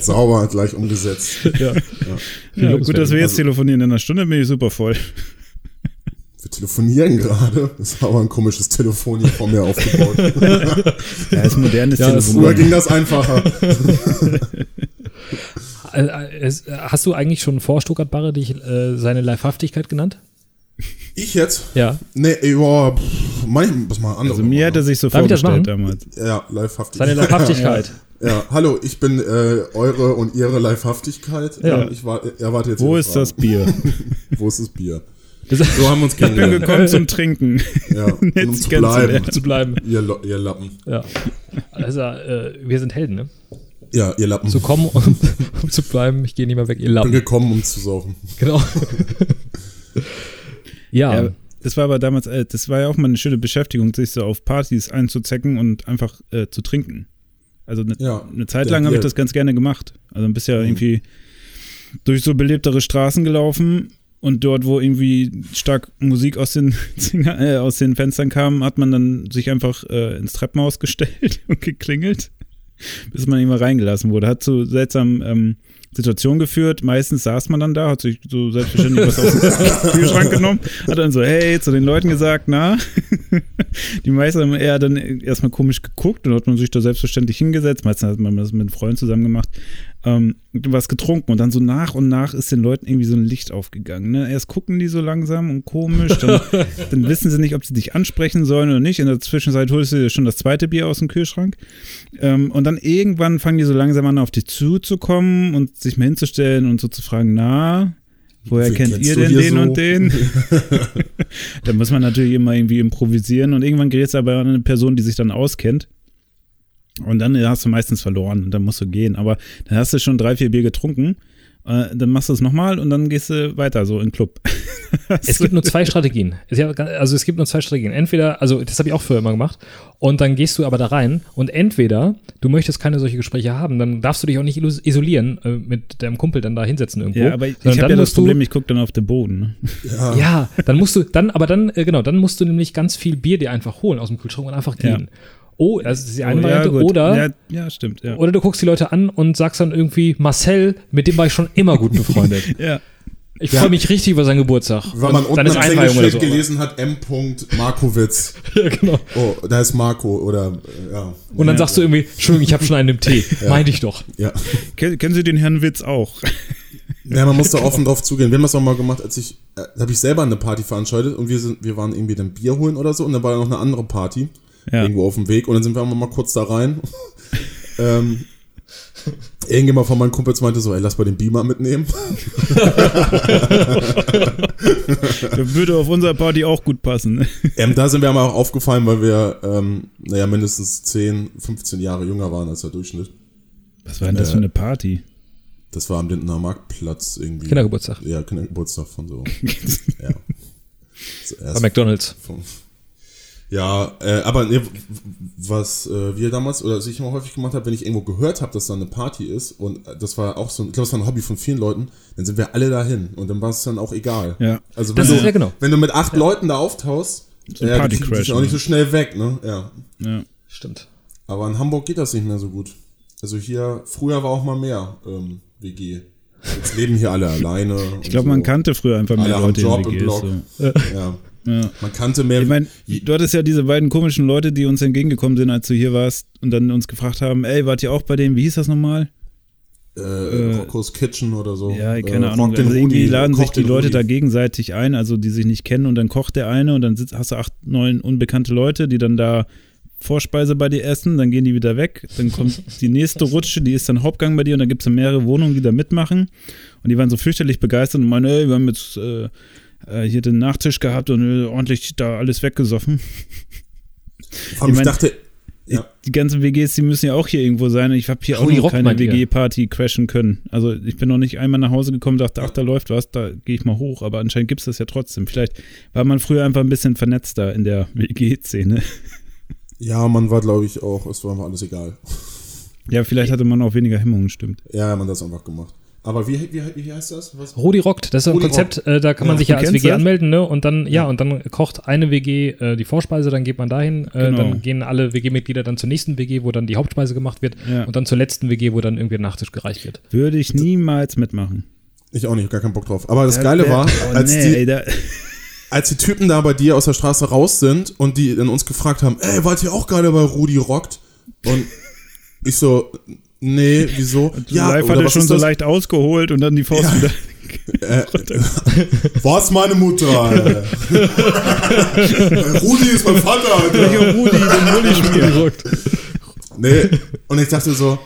Speaker 1: sauber gleich umgesetzt.
Speaker 2: Ja.
Speaker 3: Ja, gut, dass wir jetzt
Speaker 1: Also-
Speaker 3: telefonieren. In einer Stunde bin ich super voll.
Speaker 1: Wir telefonieren gerade. Das war aber ein komisches Telefon hier vor mir aufgebaut.
Speaker 3: Ja, ist modernes
Speaker 2: Ja, das-
Speaker 1: Früher ging das einfacher.
Speaker 2: Äh, äh, es- äh, Hast du eigentlich schon vor Stuttgart Barre dich äh, seine Leibhaftigkeit genannt?
Speaker 1: Ich jetzt?
Speaker 2: Ja.
Speaker 1: Nee, ey, boah, pff, manchmal muss man andere.
Speaker 3: Also mir hat er sich so
Speaker 2: Darf ich das
Speaker 3: vorgestellt
Speaker 2: machen?
Speaker 3: damals.
Speaker 1: Ja, leibhaftig.
Speaker 2: Seine Leibhaftigkeit.
Speaker 1: Ja, hallo, ich bin äh, eure und ihre Leibhaftigkeit.
Speaker 2: Ja.
Speaker 1: Ähm, Ich war, erwarte jetzt.
Speaker 3: Wo
Speaker 1: Ihre
Speaker 3: ist
Speaker 1: Fragen.
Speaker 3: das Bier?
Speaker 1: Wo ist das Bier?
Speaker 2: Das-
Speaker 1: So haben wir uns
Speaker 3: Ich bin
Speaker 1: kennengelernt.
Speaker 3: gekommen zum Trinken.
Speaker 1: Ja, um zu
Speaker 3: Jetzt kennst du
Speaker 1: bleiben.
Speaker 2: zu bleiben.
Speaker 1: Ihr, Lo- ihr Lappen.
Speaker 2: Ja. Also, äh, wir sind Helden, ne?
Speaker 1: Ja, ihr Lappen.
Speaker 2: Zu kommen und um zu bleiben, ich gehe nicht mehr weg, ihr
Speaker 1: Ich bin
Speaker 2: Lappen.
Speaker 1: gekommen, um zu saufen.
Speaker 2: Genau. ja.
Speaker 3: Ja, das war aber damals, äh, das war ja auch mal eine schöne Beschäftigung, sich so auf Partys einzuzecken und einfach äh, zu trinken. Also eine
Speaker 1: Ja,
Speaker 2: Ne,
Speaker 1: Mhm.
Speaker 3: eine Zeit
Speaker 1: der
Speaker 3: lang habe ich
Speaker 1: Bier.
Speaker 3: das ganz gerne gemacht. Also dann bist ja irgendwie durch so belebtere Straßen gelaufen und dort, wo irgendwie stark Musik aus den, Zinger- äh, aus den Fenstern kam, hat man dann sich einfach äh, ins Treppenhaus gestellt und geklingelt, bis man irgendwann reingelassen wurde. Hat zu seltsamen ähm, Situationen geführt. Meistens saß man dann da, hat sich so selbstverständlich was aus dem Kühlschrank genommen, hat dann so, hey, zu den Leuten gesagt, na, die meisten haben eher dann erstmal komisch geguckt und hat man sich da selbstverständlich hingesetzt. Meistens hat man das mit einem Freund zusammen gemacht. Ähm, was getrunken und dann so nach und nach ist den Leuten irgendwie so ein Licht aufgegangen. Ne? Erst gucken die so langsam und komisch, dann, dann wissen sie nicht, ob sie dich ansprechen sollen oder nicht. In der Zwischenzeit holst du dir schon das zweite Bier aus dem Kühlschrank. Ähm, und dann irgendwann fangen die so langsam an, auf dich zuzukommen und sich mal hinzustellen und so zu fragen, na, woher
Speaker 1: Wen
Speaker 3: kennt
Speaker 1: kennst
Speaker 3: ihr
Speaker 1: du
Speaker 3: denn
Speaker 1: hier
Speaker 3: den
Speaker 1: so?
Speaker 3: und den? da muss man natürlich immer irgendwie improvisieren und irgendwann gerätst du aber an eine Person, die sich dann auskennt. Und dann äh, hast du meistens verloren und dann musst du gehen. Aber dann hast du schon drei, vier Bier getrunken. Äh, dann machst du es nochmal und dann gehst du weiter so in den Club. also
Speaker 2: Es gibt nur zwei Strategien. Es- ja, Also es gibt nur zwei Strategien. Entweder, also das habe ich auch früher immer gemacht, und dann gehst du aber da rein und entweder du möchtest keine solche Gespräche haben, dann darfst du dich auch nicht illus- isolieren äh, mit deinem Kumpel dann da hinsetzen irgendwo.
Speaker 3: ja, aber ich
Speaker 2: sondern
Speaker 3: habe ja das
Speaker 2: musst du-
Speaker 3: Problem, ich gucke dann auf den Boden. Ne?
Speaker 1: Ja,
Speaker 2: Ja, dann musst du, dann, aber dann, äh, genau, dann musst du nämlich ganz viel Bier dir einfach holen aus dem Kühlschrank und einfach
Speaker 3: Ja.
Speaker 2: gehen. Oh, das ist die eine
Speaker 3: Oh,
Speaker 2: Variante.
Speaker 3: gut.
Speaker 2: oder,
Speaker 3: Ja, ja stimmt. Ja.
Speaker 2: oder du guckst die Leute an und sagst dann irgendwie, Marcel, mit dem war ich schon immer gut befreundet.
Speaker 3: ja.
Speaker 2: Ich freue mich richtig über seinen Geburtstag.
Speaker 1: weil man
Speaker 2: Und
Speaker 1: unten am
Speaker 2: Einweihung
Speaker 1: Klingelschild
Speaker 2: oder so.
Speaker 1: gelesen hat, M. Markowitz.
Speaker 2: Ja, genau.
Speaker 1: Oh, da ist Marco oder äh, ja.
Speaker 2: Und dann sagst du irgendwie, Entschuldigung, ich habe schon einen im Tee. Meinte ich doch.
Speaker 1: ja.
Speaker 3: Ken, kennen Sie den Herrn Witz auch?
Speaker 1: Ja, man muss da offen drauf zugehen. Wir haben das auch mal gemacht, als ich, äh, habe ich selber eine Party veranstaltet und wir sind, wir waren irgendwie dann Bier holen oder so und dann war da noch eine andere Party
Speaker 3: Ja.
Speaker 1: irgendwo auf dem Weg und dann sind wir einfach mal kurz da rein. ähm, irgendjemand von meinen Kumpels meinte so, ey, lass mal den Beamer mitnehmen.
Speaker 3: Der würde auf unserer Party auch gut passen. ne?
Speaker 1: ähm, da sind wir aber auch aufgefallen, weil wir, ähm, naja, mindestens 10, 15 Jahre jünger waren als der Durchschnitt.
Speaker 3: Was war denn das
Speaker 1: Äh.
Speaker 3: für eine Party?
Speaker 1: Das war am Lindener Marktplatz irgendwie.
Speaker 2: Kindergeburtstag.
Speaker 1: Ja, Kindergeburtstag von so. ja. Das
Speaker 2: Bei
Speaker 1: erste
Speaker 2: McDonalds.
Speaker 1: Vom- Ja, äh, aber nee, w- w- was äh, wir damals oder was ich immer häufig gemacht habe, wenn ich irgendwo gehört habe, dass da eine Party ist und äh, das war auch so, ein- ich glaube, das war ein Hobby von vielen Leuten, dann sind wir alle dahin und dann war es dann auch egal.
Speaker 3: Ja.
Speaker 1: Also wenn
Speaker 2: Das
Speaker 1: du,
Speaker 2: ist ja genau.
Speaker 1: wenn du mit acht Leuten da auftauchst,
Speaker 3: So ein
Speaker 1: ja, du kriegst
Speaker 3: Party-Crash,
Speaker 1: dich auch nicht so schnell weg, ne? Ja.
Speaker 3: Ja.
Speaker 2: Stimmt.
Speaker 1: Aber in Hamburg geht das nicht mehr so gut. Also hier früher war auch mal mehr ähm, WG. Jetzt leben hier alle alleine.
Speaker 3: Ich glaube, man kannte früher einfach
Speaker 1: Alle
Speaker 3: mehr
Speaker 1: haben
Speaker 3: Leute in
Speaker 1: Job im
Speaker 3: WGs.
Speaker 1: Block.
Speaker 3: So.
Speaker 1: Ja.
Speaker 3: Ja.
Speaker 1: Man kannte mehr.
Speaker 3: Ich meine, du hattest ja diese beiden komischen Leute, die uns entgegengekommen sind, als du hier warst und dann uns gefragt haben, ey, wart ihr auch bei dem, wie hieß das nochmal?
Speaker 1: äh, Rocco's Kitchen oder so.
Speaker 3: Ja,
Speaker 1: äh,
Speaker 3: keine
Speaker 1: Rock
Speaker 3: Ahnung.
Speaker 1: den
Speaker 3: Also irgendwie
Speaker 1: Rudi,
Speaker 3: laden
Speaker 1: Koch
Speaker 3: sich die
Speaker 1: den
Speaker 3: Leute
Speaker 1: Rudi.
Speaker 3: da gegenseitig ein, also die sich nicht kennen und dann kocht der eine und dann sitzt, hast du acht, neun unbekannte Leute, die dann da Vorspeise bei dir essen, dann gehen die wieder weg, dann kommt die nächste Rutsche, die ist dann Hauptgang bei dir und dann gibt es dann mehrere Wohnungen, die da mitmachen und die waren so fürchterlich begeistert und meinen, ey, wir haben jetzt äh, äh, hier den Nachtisch gehabt und äh, ordentlich da alles weggesoffen.
Speaker 1: Vor allem,
Speaker 3: Ich
Speaker 1: ich
Speaker 3: mein-
Speaker 1: dachte, Ja.
Speaker 3: die ganzen WGs, die müssen ja auch hier irgendwo sein. Ich habe hier
Speaker 2: Holy
Speaker 3: auch noch
Speaker 2: Rock
Speaker 3: keine
Speaker 2: meint ihr?
Speaker 3: WG-Party crashen können. Also ich bin noch nicht einmal nach Hause gekommen und dachte, ach, da läuft was, da gehe ich mal hoch. Aber anscheinend gibt es das ja trotzdem. Vielleicht war man früher einfach ein bisschen vernetzter in der WG-Szene.
Speaker 1: Ja, man war, glaube ich, auch, es war mir alles egal.
Speaker 3: Ja, vielleicht hatte man auch weniger Hemmungen, stimmt.
Speaker 1: Ja, man hat das einfach gemacht. Aber wie, wie, wie heißt das? Was?
Speaker 2: Rudi rockt, das ist ein
Speaker 1: Rudi
Speaker 2: Konzept, äh, da kann man
Speaker 1: Ja,
Speaker 2: sich
Speaker 3: du
Speaker 2: ja als
Speaker 3: kennst
Speaker 2: WG
Speaker 3: das?
Speaker 2: anmelden, ne? Und dann, ja, und dann kocht eine WG äh, die Vorspeise, dann geht man dahin, äh,
Speaker 3: Genau.
Speaker 2: dann gehen alle WG-Mitglieder dann zur nächsten WG, wo dann die Hauptspeise gemacht wird
Speaker 3: Ja.
Speaker 2: und dann zur letzten WG, wo dann irgendwie ein Nachtisch gereicht wird.
Speaker 3: Würde ich niemals mitmachen.
Speaker 1: Ich auch nicht, gar keinen Bock drauf. Aber das Geile war,
Speaker 3: oh,
Speaker 1: als,
Speaker 3: nee,
Speaker 1: die,
Speaker 3: ey, da,
Speaker 1: als die Typen da bei dir aus der Straße raus sind und die dann uns gefragt haben, ey, wart ihr auch gerade bei Rudi Rockt? Und ich so, nee, wieso?
Speaker 3: live hat er schon so leicht ausgeholt und dann die Faust
Speaker 1: Ja.
Speaker 3: wieder.
Speaker 1: Was Äh, meine Mutter? Rudi ist mein Vater, Alter.
Speaker 3: Rudi, den hol ich mir.
Speaker 1: Nee, und ich dachte so,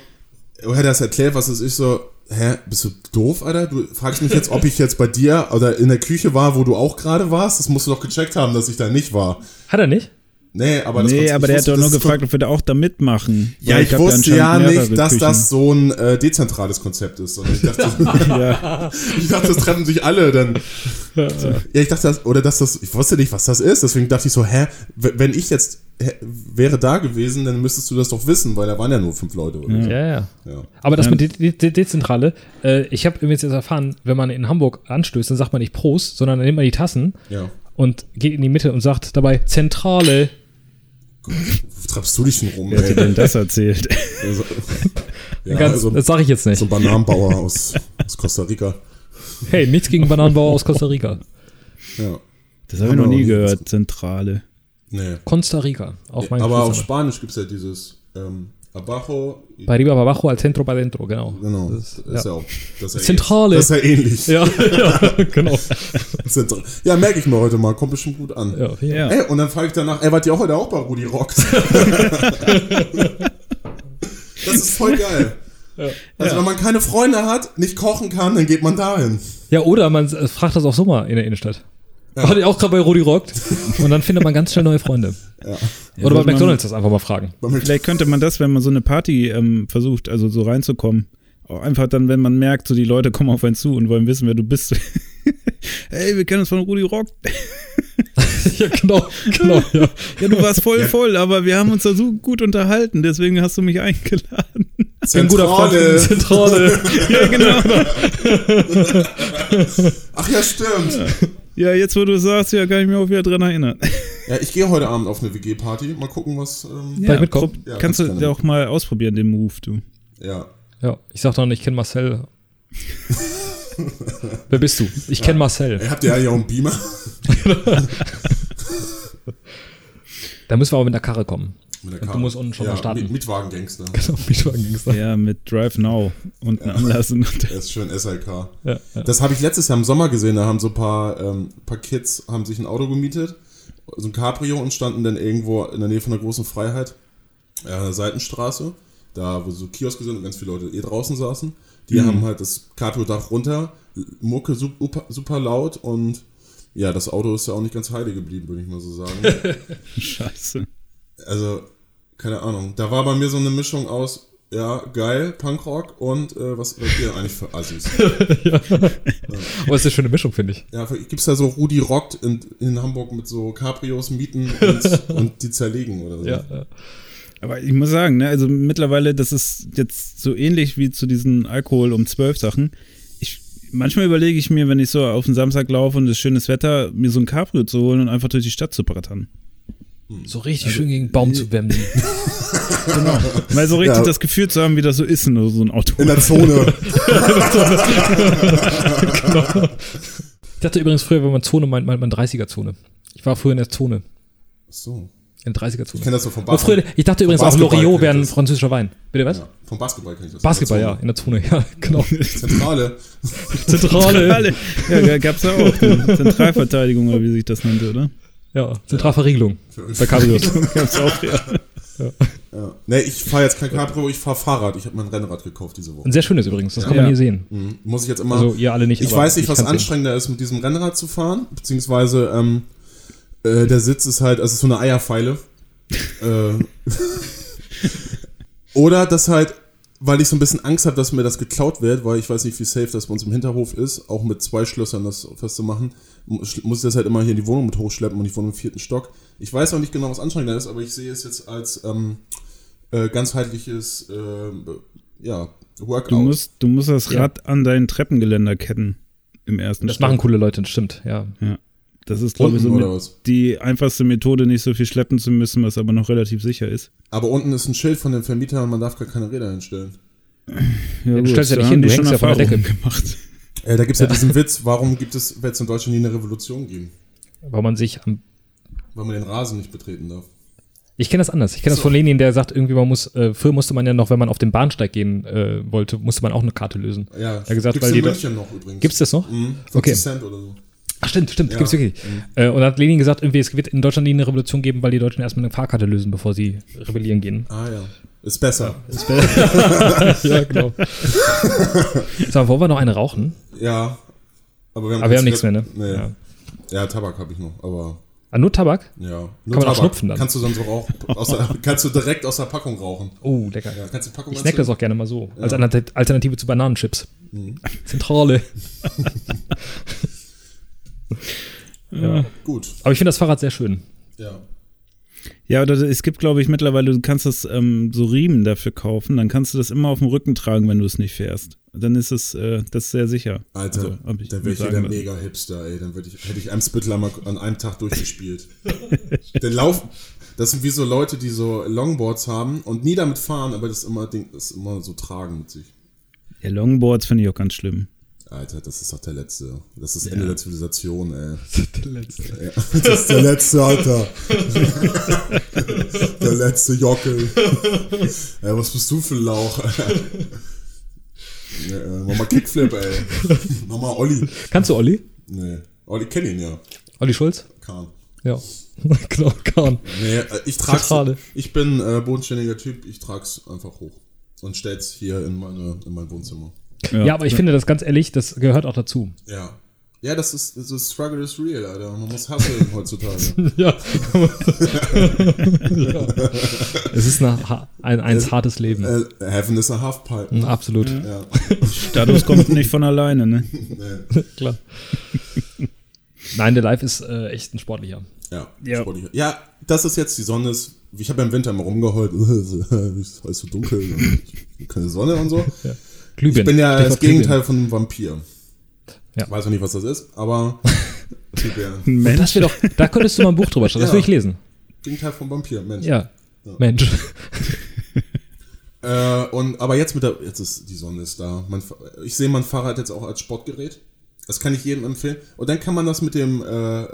Speaker 1: woher hat das erklärt, was es ist? Ich so, hä, bist du doof, Alter? Du fragst mich jetzt, ob ich jetzt bei dir oder in der Küche war, wo du auch gerade warst? Das musst du doch gecheckt haben, dass ich da nicht war.
Speaker 2: Hat er nicht?
Speaker 1: Nee, aber das
Speaker 3: Nee,
Speaker 1: ich
Speaker 3: aber der hat
Speaker 1: wusste,
Speaker 3: doch
Speaker 1: das
Speaker 3: nur
Speaker 1: ist
Speaker 3: gefragt, ob wir da auch da mitmachen.
Speaker 1: Ja,
Speaker 3: Weil
Speaker 1: ich,
Speaker 3: hab
Speaker 1: wusste ja
Speaker 3: anscheinend
Speaker 1: nicht,
Speaker 3: mehrere
Speaker 1: dass
Speaker 3: Küchen.
Speaker 1: das so ein äh, dezentrales Konzept ist. sondern ich dachte,
Speaker 3: Ja,
Speaker 1: ich dachte, das treffen sich alle dann. Ja, ich dachte, das, oder dass das, ich wusste nicht, was das ist. Deswegen dachte ich so, hä, w- wenn ich jetzt hä, wäre da gewesen, dann müsstest du das doch wissen, weil da waren ja nur fünf Leute. Oder? so.
Speaker 2: Ja, ja.
Speaker 1: Ja.
Speaker 2: Aber das
Speaker 3: Ja.
Speaker 2: mit De De De Dezentrale, äh, ich habe übrigens jetzt erfahren, wenn man in Hamburg anstößt, dann sagt man nicht Prost, sondern dann nimmt man die Tassen
Speaker 1: ja.
Speaker 2: und geht in die Mitte und sagt dabei Zentrale.
Speaker 1: Wo treibst du dich denn rum?
Speaker 3: wer hat dir
Speaker 1: Ey?
Speaker 3: denn das erzählt?
Speaker 1: Also, ja,
Speaker 2: Ganz,
Speaker 1: also,
Speaker 2: das
Speaker 1: so
Speaker 2: sage ich jetzt nicht.
Speaker 1: ein Bananenbauer aus, aus Costa Rica.
Speaker 2: Hey, nichts gegen Bananenbauer aus Costa Rica.
Speaker 1: Ja.
Speaker 3: Das habe ich noch
Speaker 1: Aber-
Speaker 3: nie gehört, Zentrale.
Speaker 1: Nee.
Speaker 2: Costa Rica, auf meinem
Speaker 1: Aber auf
Speaker 2: Fußname.
Speaker 1: Spanisch gibt es ja dieses ähm, Abajo.
Speaker 2: Bei Riba para abajo, al centro para dentro, genau.
Speaker 1: Genau.
Speaker 2: Das,
Speaker 1: Das ist ja
Speaker 2: ja.
Speaker 1: auch. Das ist ja
Speaker 2: Zentrale.
Speaker 1: ähnlich. Das ist ja ähnlich.
Speaker 2: Ja, ja, genau.
Speaker 1: Zentral. Ja, merke ich mir heute mal. Kommt bestimmt gut an.
Speaker 2: Ja, auf jeden Fall.
Speaker 3: Ja.
Speaker 1: Ey, und dann frage ich danach, ey, wart ihr auch heute auch bei Rudi Rockt? das ist voll geil. Also, wenn man keine Freunde hat, nicht kochen kann, dann geht man dahin.
Speaker 2: ja, oder man äh, fragt das auch so mal in der Innenstadt. War die auch gerade bei Rudi Rockt? Und dann findet man ganz schnell neue Freunde.
Speaker 1: Ja.
Speaker 2: Oder bei
Speaker 3: sollte man-
Speaker 2: McDonalds das einfach mal fragen.
Speaker 1: Weil man-
Speaker 3: Vielleicht könnte man das, wenn man so eine Party ähm, versucht, also so reinzukommen, auch einfach dann, wenn man merkt, so die Leute kommen auf einen zu und wollen wissen, wer du bist. Hey, wir kennen uns von Rudi Rock.
Speaker 2: ja, genau, genau, ja.
Speaker 3: Ja, du warst voll voll, aber wir haben uns da so gut unterhalten, deswegen hast du mich eingeladen.
Speaker 2: Ein guter Freund in der
Speaker 1: Zentrale.
Speaker 2: Zentrale.
Speaker 3: Ja, genau.
Speaker 1: Ach ja, stimmt.
Speaker 3: Ja, jetzt wo du es sagst, ja, kann ich mich auch wieder dran erinnern.
Speaker 1: Ja, ich gehe heute Abend auf eine WG-Party. Mal gucken, was. Ähm,
Speaker 2: Vielleicht mitkommen?
Speaker 3: prob-
Speaker 1: Ja,
Speaker 3: kannst du
Speaker 1: ganz gerne.
Speaker 3: ja auch mal ausprobieren, den Move, du.
Speaker 1: ja.
Speaker 2: Ja, ich sag doch nicht, ich kenne Marcel. Wer bist du? Ich kenne Marcel.
Speaker 1: Ey, habt ihr eigentlich auch einen Beamer?
Speaker 2: Da müssen wir aber mit einer Karre kommen.
Speaker 1: Mit der
Speaker 2: Du
Speaker 1: Karte.
Speaker 2: musst unten schon mal starten.
Speaker 1: Miet- Mietwagen-Gangster.
Speaker 2: Genau, wie du angefangen hast.
Speaker 3: Ja, mit Drive Now unten anlassen.
Speaker 1: Er ist schön SLK.
Speaker 2: Ja, ja.
Speaker 1: Das habe ich letztes Jahr im Sommer gesehen. Da haben so ein paar, ähm, paar Kids haben sich ein Auto gemietet, so ein Cabrio und standen dann irgendwo in der Nähe von der großen Freiheit, äh, an der Seitenstraße, da wo so Kioske sind und ganz viele Leute eh draußen saßen. Die haben halt das Cabrio-Dach runter, Mucke super, super laut und ja, das Auto ist ja auch nicht ganz heile geblieben, würde ich mal so sagen.
Speaker 3: Scheiße.
Speaker 1: also, keine Ahnung. Da war bei mir so eine Mischung aus, ja, geil, Punkrock und äh, was seid ihr eigentlich für Assis?
Speaker 2: Aber es ist eine schöne Mischung, finde ich.
Speaker 1: Ja, gibt es da so Rudi rockt in, in Hamburg mit so Cabrios mieten und, und die zerlegen oder so?
Speaker 2: Ja, ja.
Speaker 3: Aber ich muss sagen, ne, also mittlerweile, das ist jetzt so ähnlich wie zu diesen Alkohol um zwölf Sachen. Ich, manchmal überlege ich mir, wenn ich so auf den Samstag laufe und es ist schönes Wetter, mir so ein Cabrio zu holen und einfach durch die Stadt zu brattern.
Speaker 2: So richtig schön gegen den Baum zu wemsen.
Speaker 3: Weil Genau. so richtig
Speaker 1: Ja.
Speaker 3: das Gefühl zu haben, wie das so ist in so einem Auto.
Speaker 1: In der Zone.
Speaker 2: Ich dachte übrigens früher, wenn man Zone meint, meint man 30er-Zone. Ich war früher in der Zone,
Speaker 1: so.
Speaker 2: in der
Speaker 1: Ich kenne
Speaker 2: 30er-Zone.
Speaker 1: das so vom
Speaker 2: Aber früher,
Speaker 1: Basketball.
Speaker 2: ich dachte übrigens auch
Speaker 1: Basketball
Speaker 2: Loriot wäre
Speaker 1: kenn
Speaker 2: ein
Speaker 1: ich das.
Speaker 2: französischer Wein. Bitte was?
Speaker 1: Ja, vom Basketball kenne ich das. Also
Speaker 2: Basketball, ja, in der Zone, ja, genau.
Speaker 1: Zentrale.
Speaker 2: Zentrale.
Speaker 3: Alle. Ja, gab's ja auch. ne? Zentralverteidigung oder wie sich das nannte, oder?
Speaker 2: Ja, Zentralverriegelung. Bei Cabrios.
Speaker 3: Gab's auch, ja.
Speaker 1: Ja. Nee, ich fahre jetzt kein Cabrio, ich fahre Fahrrad. Ich habe mein Rennrad gekauft diese Woche.
Speaker 2: Ein sehr schönes übrigens, das kann
Speaker 3: Ja.
Speaker 2: man hier sehen.
Speaker 1: Mhm. Muss ich jetzt immer.
Speaker 2: Also ihr alle nicht.
Speaker 1: ich
Speaker 2: aber
Speaker 1: weiß nicht, was
Speaker 2: kann's sehen.
Speaker 1: anstrengender ist, mit diesem Rennrad zu fahren, beziehungsweise ähm, äh, der Sitz ist halt, also es ist so eine Eierpfeile. äh, Oder dass halt, weil ich so ein bisschen Angst habe, dass mir das geklaut wird, weil ich weiß nicht, wie safe das bei uns im Hinterhof ist, auch mit zwei Schlössern das festzumachen, mu- sch- muss ich das halt immer hier in die Wohnung mit hochschleppen und ich wohne im vierten Stock. Ich weiß auch nicht genau, was anstrengender ist, aber ich sehe es jetzt als ähm, äh, ganzheitliches ähm, ja, Workout.
Speaker 3: Du musst, du musst das
Speaker 2: Ja.
Speaker 3: Rad an deinen Treppengeländer ketten im ersten
Speaker 2: Das
Speaker 3: Stock.
Speaker 2: machen coole Leute, das stimmt, ja.
Speaker 3: Das ist, glaube
Speaker 1: unten
Speaker 3: ich, so mit
Speaker 1: oder was?
Speaker 3: die einfachste Methode, nicht so viel schleppen zu müssen, was aber noch relativ sicher ist.
Speaker 1: Aber unten ist ein Schild von dem Vermieter und man darf gar keine Räder hinstellen.
Speaker 3: Ja,
Speaker 2: du
Speaker 3: gut,
Speaker 2: stellst ja
Speaker 3: da
Speaker 2: nicht
Speaker 3: haben
Speaker 2: hin,
Speaker 3: die
Speaker 2: du
Speaker 3: schon
Speaker 2: hängst ja von der
Speaker 3: Erfahrungen gemacht.
Speaker 1: Äh, da gibt es ja. diesen Witz, warum gibt es, wird es in Deutschland nie eine Revolution geben?
Speaker 2: Weil man sich am
Speaker 1: Weil man den Rasen nicht betreten darf.
Speaker 2: Ich kenne das anders. Ich kenne das
Speaker 1: So.
Speaker 2: von Lenin, der sagt, irgendwie man muss, äh, früher musste man ja noch, wenn man auf den Bahnsteig gehen äh, wollte, musste man auch eine Karte lösen.
Speaker 1: Ja,
Speaker 2: Ja, gesagt,
Speaker 1: gibt's
Speaker 2: weil
Speaker 1: in
Speaker 2: jeder-
Speaker 1: München noch übrigens.
Speaker 2: Gibt's das noch?
Speaker 1: Mhm, 50
Speaker 2: Okay.
Speaker 1: Cent oder so.
Speaker 2: Ach stimmt, stimmt,
Speaker 1: Ja.
Speaker 2: gibt's wirklich. Äh, und dann hat Lenin gesagt, irgendwie, es wird in Deutschland nie eine Revolution geben, weil die Deutschen erstmal eine Fahrkarte lösen, bevor sie rebellieren gehen.
Speaker 1: Ah ja. Ist besser.
Speaker 2: ja, genau. So, wollen wir noch eine rauchen?
Speaker 1: Ja. Aber wir haben,
Speaker 2: Aber wir haben nichts
Speaker 1: ganz
Speaker 2: mehr, ne?
Speaker 1: viele- Nee.
Speaker 2: Ja.
Speaker 1: Ja. Tabak habe ich noch, aber
Speaker 2: Ah, nur Tabak?
Speaker 1: ja. Nur
Speaker 2: man auch schnupfen dann?
Speaker 1: Kannst du sonst auch rauchen- aus der, kannst du direkt aus der Packung rauchen.
Speaker 2: Oh, lecker.
Speaker 1: Ja, kannst du die Packung
Speaker 2: Ich snack das auch gerne mal so. Als Alternat- Alternative zu Bananenchips.
Speaker 1: Mhm.
Speaker 2: Zentrale.
Speaker 3: Ja.
Speaker 1: Gut.
Speaker 2: Aber ich finde das Fahrrad sehr schön.
Speaker 1: Ja.
Speaker 3: Ja, oder es gibt, glaube ich, mittlerweile, du kannst das ähm, so Riemen dafür kaufen, dann kannst du das immer auf dem Rücken tragen, wenn du es nicht fährst. Dann ist es, äh, das ist sehr sicher.
Speaker 1: Alter,
Speaker 3: Also, hab ich
Speaker 1: dann wäre ich
Speaker 3: sagen
Speaker 1: wieder
Speaker 3: lassen.
Speaker 1: mega Hipster, ey. Dann würd ich, hätte ich Amtsbüttler mal an einem Tag durchgespielt. dann laufen. Das sind wie so Leute, die so Longboards haben und nie damit fahren, aber das immer, Ding- das immer so tragen mit sich.
Speaker 3: Ja, Longboards finde ich auch ganz schlimm.
Speaker 1: Alter, das ist doch der letzte. Das ist Ende der Zivilisation, ey. Ja, das ist der letzte, Alter. der letzte Jockel. Ey, was bist du für ein Lauch? nee, äh, mach mal Kickflip, ey. mach mal Olli.
Speaker 2: Kannst du Olli?
Speaker 1: Nee. Olli kennt ihn ja.
Speaker 2: Olli Schulz?
Speaker 1: Kahn.
Speaker 2: Ja. genau, Kahn.
Speaker 1: Nee, äh, ich trag's.
Speaker 2: Zentrale.
Speaker 1: Ich bin äh, bodenständiger Typ, ich trag's einfach hoch. Und stell's hier in, meine, in mein Wohnzimmer.
Speaker 2: Ja, aber ich finde das ganz ehrlich, das gehört auch dazu.
Speaker 1: Ja. Ja, das ist, das ist Struggle is real, Alter. Man muss hustlen heutzutage.
Speaker 2: Ja. Es ist eine, ha- ein, ein hartes Leben. Mhm,
Speaker 1: Äh, Heaven is a Halfpipe.
Speaker 2: Absolut.
Speaker 1: Ja.
Speaker 3: Status kommt nicht von alleine, ne?
Speaker 1: Nee.
Speaker 2: Klar. Nein, der Live ist äh, echt ein sportlicher.
Speaker 1: Ja,
Speaker 3: Ja.
Speaker 1: sportlich. ja, das ist jetzt die Sonne. Ist, ich habe ja im Winter immer rumgeheult. Es ist so dunkel. und Keine Sonne und so.
Speaker 2: Glühbirne.
Speaker 1: Ich bin ja das
Speaker 2: Stichwort
Speaker 1: Gegenteil von einem Vampir.
Speaker 2: Ja.
Speaker 1: Weiß noch nicht, was das ist, aber. Typ, ja.
Speaker 2: Glühbirne. Das wär doch, da könntest du mal ein Buch drüber schreiben. Das
Speaker 1: Ja.
Speaker 2: würde ich lesen.
Speaker 1: Gegenteil von Vampir, Mensch.
Speaker 2: Ja. Mensch.
Speaker 1: Äh, und, aber jetzt mit der, jetzt ist die Sonne ist da. Man, ich sehe mein Fahrrad jetzt auch als Sportgerät. Das kann ich jedem empfehlen. Und dann kann man das mit dem äh,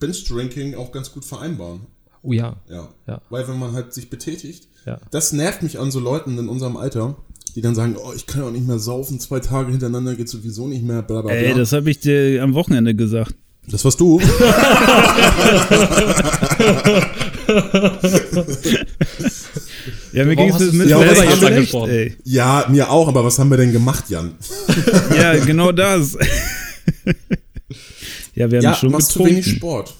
Speaker 1: Binge-Drinking auch ganz gut vereinbaren.
Speaker 2: Oh ja.
Speaker 1: Ja.
Speaker 2: Ja.
Speaker 1: Weil wenn man halt sich betätigt,
Speaker 2: Ja.
Speaker 1: das nervt mich an so Leuten in unserem Alter, die dann sagen, oh, ich kann auch nicht mehr saufen, zwei Tage hintereinander geht sowieso nicht mehr, bla bla bla.
Speaker 3: Ey, das habe ich dir am Wochenende gesagt.
Speaker 1: das warst du.
Speaker 3: Ja,
Speaker 2: Warum
Speaker 3: mir ging es
Speaker 2: hast du's
Speaker 3: mit
Speaker 1: selber
Speaker 3: selber
Speaker 1: jetzt
Speaker 3: schlecht,
Speaker 2: angesprochen?
Speaker 3: ey.
Speaker 1: ja, mir auch, aber was haben wir denn gemacht, Jan?
Speaker 3: Ja, genau das. ja, wir haben
Speaker 1: Ja,
Speaker 3: schon
Speaker 1: machst zu
Speaker 3: getrunken.
Speaker 1: wenig Sport.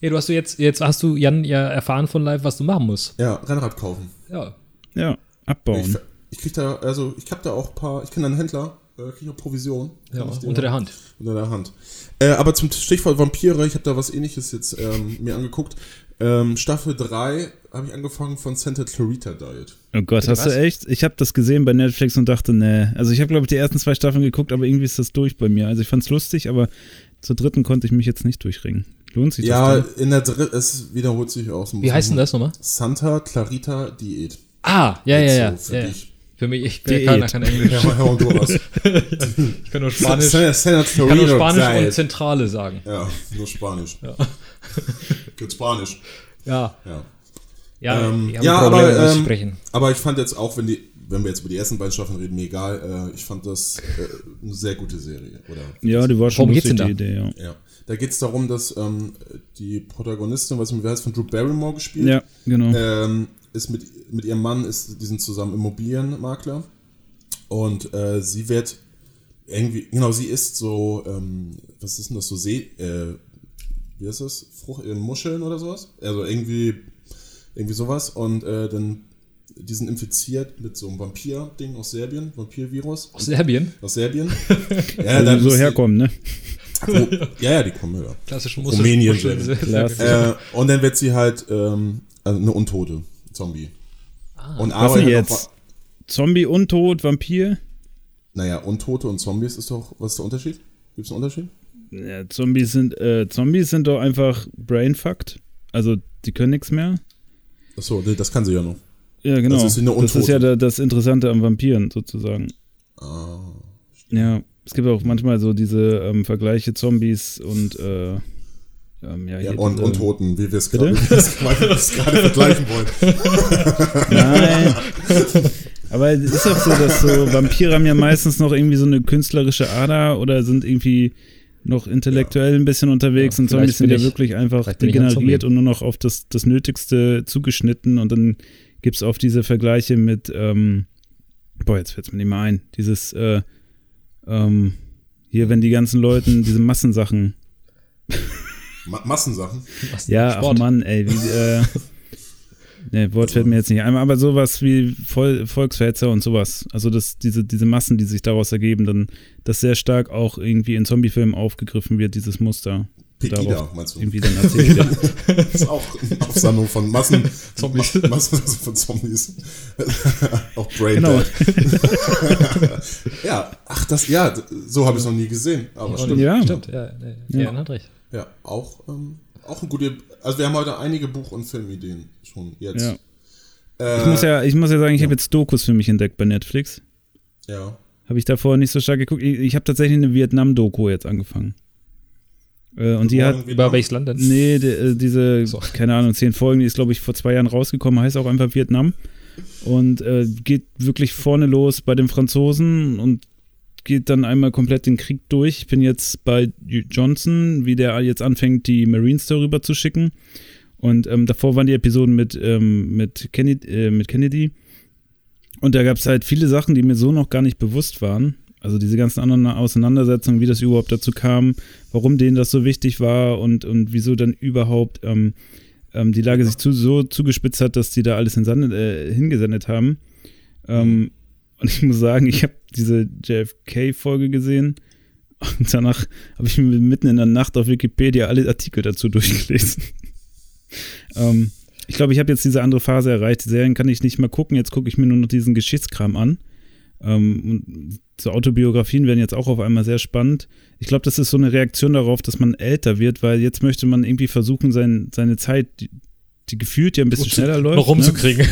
Speaker 2: Hey, du hast du jetzt, jetzt hast du Jan ja erfahren von Live, was du machen musst.
Speaker 1: Ja, Rennrad kaufen.
Speaker 2: Ja.
Speaker 3: ja,
Speaker 1: Ich,
Speaker 3: abbauen.
Speaker 1: ich krieg da, also ich hab da auch ein paar, ich kenne einen Händler, äh, krieg auch Provision.
Speaker 2: ja
Speaker 1: Kann ich dir-
Speaker 2: unter der Hand.
Speaker 1: Unter der Hand. Äh, aber zum Stichwort Vampire, ich habe da was ähnliches jetzt ähm, mir angeguckt. Ähm, Staffel 3 habe ich angefangen von Santa Clarita Diet.
Speaker 3: Oh Gott, hast
Speaker 2: was?
Speaker 3: du echt? Ich habe das gesehen bei Netflix und dachte, nee. Also ich habe, glaube ich, die ersten zwei Staffeln geguckt, aber irgendwie ist das durch bei mir. Also ich fand's lustig, aber zur dritten konnte ich mich jetzt nicht durchringen. Lohnt sich
Speaker 1: Ja,
Speaker 3: das?
Speaker 1: in der dritten, es wiederholt sich auch so ein
Speaker 2: Wie heißt denn das nochmal?
Speaker 1: Santa Clarita Diät.
Speaker 2: Ah, ja, ja,
Speaker 1: Jetzt
Speaker 2: ja.
Speaker 1: so für
Speaker 2: ja, ja.
Speaker 1: dich.
Speaker 2: Für mich, ich
Speaker 3: Diät.
Speaker 2: kann, kann Englisch.
Speaker 1: Ja, Herr und du was.
Speaker 2: Ich kann nur
Speaker 1: Santa Santa
Speaker 2: Ich kann nur Spanisch und
Speaker 1: Diet.
Speaker 2: Zentrale sagen.
Speaker 1: Ja, nur Spanisch. Ja. Gibt Spanisch.
Speaker 2: Ja.
Speaker 1: Ja.
Speaker 2: Ja,
Speaker 1: Ähm,
Speaker 2: die haben
Speaker 1: ja,
Speaker 2: Probleme,
Speaker 1: aber,
Speaker 2: das
Speaker 1: ähm,
Speaker 2: sprechen.
Speaker 1: aber ich fand jetzt auch, wenn die, wenn wir jetzt über die ersten beiden Staffeln reden, mir egal, äh, ich fand das äh, eine sehr gute Serie, oder?
Speaker 3: Ja, die war schon
Speaker 2: Worum
Speaker 3: lustig,
Speaker 2: geht's
Speaker 3: die
Speaker 2: denn
Speaker 3: Idee, ja.
Speaker 1: Ja. Da geht es darum, dass ähm, die Protagonistin, weiß nicht, wer heißt, von Drew Barrymore gespielt,
Speaker 3: Ja, genau.
Speaker 1: ähm, ist mit, mit ihrem Mann, ist, die sind zusammen Immobilienmakler. Und äh, sie wird irgendwie, genau, sie ist so, ähm, was ist denn das, so See, äh, wie heißt das? Frucht, äh, Muscheln oder sowas? Also irgendwie, irgendwie sowas. Und äh, dann die sind infiziert mit so einem Vampir-Ding aus Serbien, Vampir-Virus
Speaker 2: Aus Serbien?
Speaker 1: aus Serbien.
Speaker 3: Ja,
Speaker 1: ja,
Speaker 3: die
Speaker 1: dann
Speaker 3: so
Speaker 1: müssen die-
Speaker 3: herkommen, ne?
Speaker 1: Ja, ja, die kommen höher.
Speaker 2: Klassischen
Speaker 1: Rumänien,
Speaker 2: Muscheln.
Speaker 3: Klasse.
Speaker 1: Äh, und dann wird sie halt ähm, also eine Untote, Zombie. und
Speaker 3: Was denn
Speaker 1: halt
Speaker 3: jetzt?
Speaker 1: Auf,
Speaker 3: Zombie, Untot, Vampir?
Speaker 1: naja, Untote und Zombies ist doch, was ist der Unterschied? Gibt es einen Unterschied?
Speaker 3: Ja, Zombies sind, äh, Zombies sind doch einfach brainfucked. Also, die können nichts mehr.
Speaker 1: Achso, nee, das kann sie ja noch.
Speaker 3: Ja, genau.
Speaker 1: Das ist eine
Speaker 3: das ist
Speaker 1: Untote.
Speaker 3: ja da, das Interessante am Vampiren sozusagen.
Speaker 1: Ah,
Speaker 3: Ja, es gibt auch manchmal so diese ähm, Vergleiche Zombies und äh, ähm, ja,
Speaker 1: ja,
Speaker 3: hier
Speaker 1: und,
Speaker 3: diese-
Speaker 1: und Toten, wie wir es
Speaker 3: Bitte?
Speaker 1: gerade wie wir es gerade vergleichen wollen.
Speaker 3: Nein. Aber es ist auch so, dass so Vampire haben ja meistens noch irgendwie so eine künstlerische Ader oder sind irgendwie noch intellektuell ein bisschen unterwegs
Speaker 2: Ja,
Speaker 3: und Zombies
Speaker 2: vielleicht
Speaker 3: sind
Speaker 2: bin
Speaker 3: ja
Speaker 2: ich-
Speaker 3: wirklich einfach
Speaker 2: vielleicht bin ich ein
Speaker 3: degeneriert und nur noch auf das, das Nötigste zugeschnitten und dann gibt es oft diese Vergleiche mit, ähm, boah, jetzt fällt es mir nicht mehr ein, dieses, äh, ähm, hier, wenn die ganzen Leuten diese Massensachen,
Speaker 1: Ma Massensachen.
Speaker 2: Was?
Speaker 3: ja,
Speaker 2: Sport.
Speaker 3: ach Mann, ey, wie, äh, ne, Wort fällt mir jetzt nicht ein, aber sowas wie Vol Volksverhetzer und sowas. Also das, diese, diese Massen, die sich daraus ergeben, dann, das sehr stark auch irgendwie in Zombie-Filmen aufgegriffen wird, dieses Muster.
Speaker 1: Pegida,
Speaker 3: Darauf
Speaker 1: meinst du?
Speaker 3: Irgendwie dann erzählt wird.
Speaker 1: Das ist auch eine Aufsammlung von Massen.
Speaker 2: Zombies.
Speaker 1: Ma Massen also von Zombies. auch Brain
Speaker 3: Genau.
Speaker 1: Dead. ja, ach, das, ja, d- so habe ich es noch nie gesehen. Aber
Speaker 2: Und-
Speaker 1: stimmt.
Speaker 3: Ja.
Speaker 2: Stimmt, ja. Nee,
Speaker 3: Ja.
Speaker 2: Jan hat recht.
Speaker 1: Ja, auch, ähm, auch eine gute. Also, wir haben heute einige Buch- und Filmideen schon jetzt.
Speaker 3: Ja.
Speaker 1: Äh,
Speaker 3: Ich muss ja, ich muss ja sagen, ich
Speaker 1: ja.
Speaker 3: habe jetzt Dokus für mich entdeckt bei Netflix.
Speaker 1: ja.
Speaker 3: Habe ich davor nicht so stark geguckt. Ich, ich habe tatsächlich eine Vietnam-Doku jetzt angefangen. Äh, und die hat,
Speaker 1: Morgen wieder-
Speaker 2: Über welches Land denn?
Speaker 3: Nee, de, äh, diese,
Speaker 2: So.
Speaker 3: keine Ahnung, zehn Folgen, die ist, glaube ich, vor zwei Jahren rausgekommen, heißt auch einfach Vietnam. Und äh, geht wirklich vorne los bei den Franzosen und geht dann einmal komplett den Krieg durch. Ich bin jetzt bei J- Johnson, wie der jetzt anfängt, die Marines darüber zu schicken. Und ähm, davor waren die Episoden mit, ähm, mit, Kennedy, äh, mit Kennedy. Und da gab es halt viele Sachen, die mir so noch gar nicht bewusst waren. Also diese ganzen anderen Auseinandersetzungen, wie das überhaupt dazu kam, warum denen das so wichtig war und, und wieso dann überhaupt ähm, ähm, die Lage sich zu, so zugespitzt hat, dass die da alles hinsan- äh, hingesendet haben. Ähm, und ich muss sagen, ich habe diese JFK-Folge gesehen und danach habe ich mir mitten in der Nacht auf Wikipedia alle Artikel dazu durchgelesen. ähm, ich glaube, ich habe jetzt diese andere Phase erreicht. Die Serien kann ich nicht mehr gucken. Jetzt gucke ich mir nur noch diesen Geschichtskram an. Ähm, und so Autobiografien werden jetzt auch auf einmal sehr spannend. Ich glaube, das ist so eine Reaktion darauf, dass man älter wird, weil jetzt möchte man irgendwie versuchen, sein, seine Zeit, die, die gefühlt ja ein bisschen
Speaker 2: Gut,
Speaker 3: schneller läuft.
Speaker 2: Noch
Speaker 3: ne?
Speaker 2: rumzukriegen.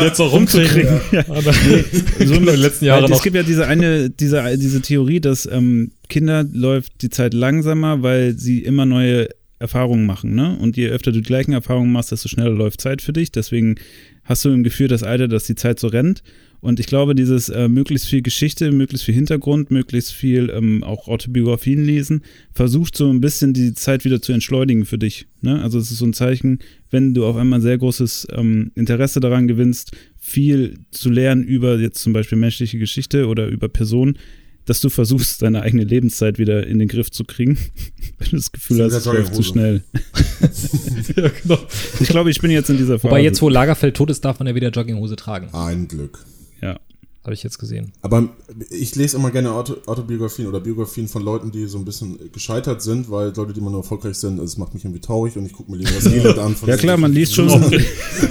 Speaker 2: Jetzt noch rumzukriegen. Aber
Speaker 3: so
Speaker 2: in den letzten Jahren
Speaker 3: Weil
Speaker 2: noch.
Speaker 3: Es gibt ja diese eine, diese, diese Theorie, dass ähm, Kinder läuft die Zeit langsamer, weil sie immer neue Erfahrungen machen, ne? Und je öfter du die gleichen Erfahrungen machst, desto schneller läuft Zeit für dich. Deswegen hast du im Gefühl das Alter, dass die Zeit so rennt. Und ich glaube, dieses äh, möglichst viel Geschichte, möglichst viel Hintergrund, möglichst viel ähm, auch Autobiografien lesen, versucht so ein bisschen die Zeit wieder zu entschleunigen für dich. Ne? Also es ist so ein Zeichen, wenn du auf einmal sehr großes ähm, Interesse daran gewinnst, viel zu lernen über jetzt zum Beispiel menschliche Geschichte oder über Personen, dass du versuchst, deine eigene Lebenszeit wieder in den Griff zu kriegen, wenn du das Gefühl
Speaker 1: Das
Speaker 3: hast,
Speaker 1: ist
Speaker 3: es
Speaker 1: ja
Speaker 3: läuft zu
Speaker 1: Jogginghose.
Speaker 3: schnell.
Speaker 2: ja, genau.
Speaker 3: Ich glaube, ich bin jetzt in dieser Phase.
Speaker 2: Wobei jetzt, wo Lagerfeld tot ist, darf man ja wieder Jogginghose tragen.
Speaker 1: Ein Glück.
Speaker 3: ja.
Speaker 2: Habe ich jetzt gesehen.
Speaker 1: Aber ich lese immer gerne Auto, Autobiografien oder Biografien von Leuten, die so ein bisschen gescheitert sind, weil Leute, die immer nur erfolgreich sind, das macht mich irgendwie traurig und ich gucke mir lieber das Elend an. von
Speaker 3: ja klar, man liest schon
Speaker 1: Ja,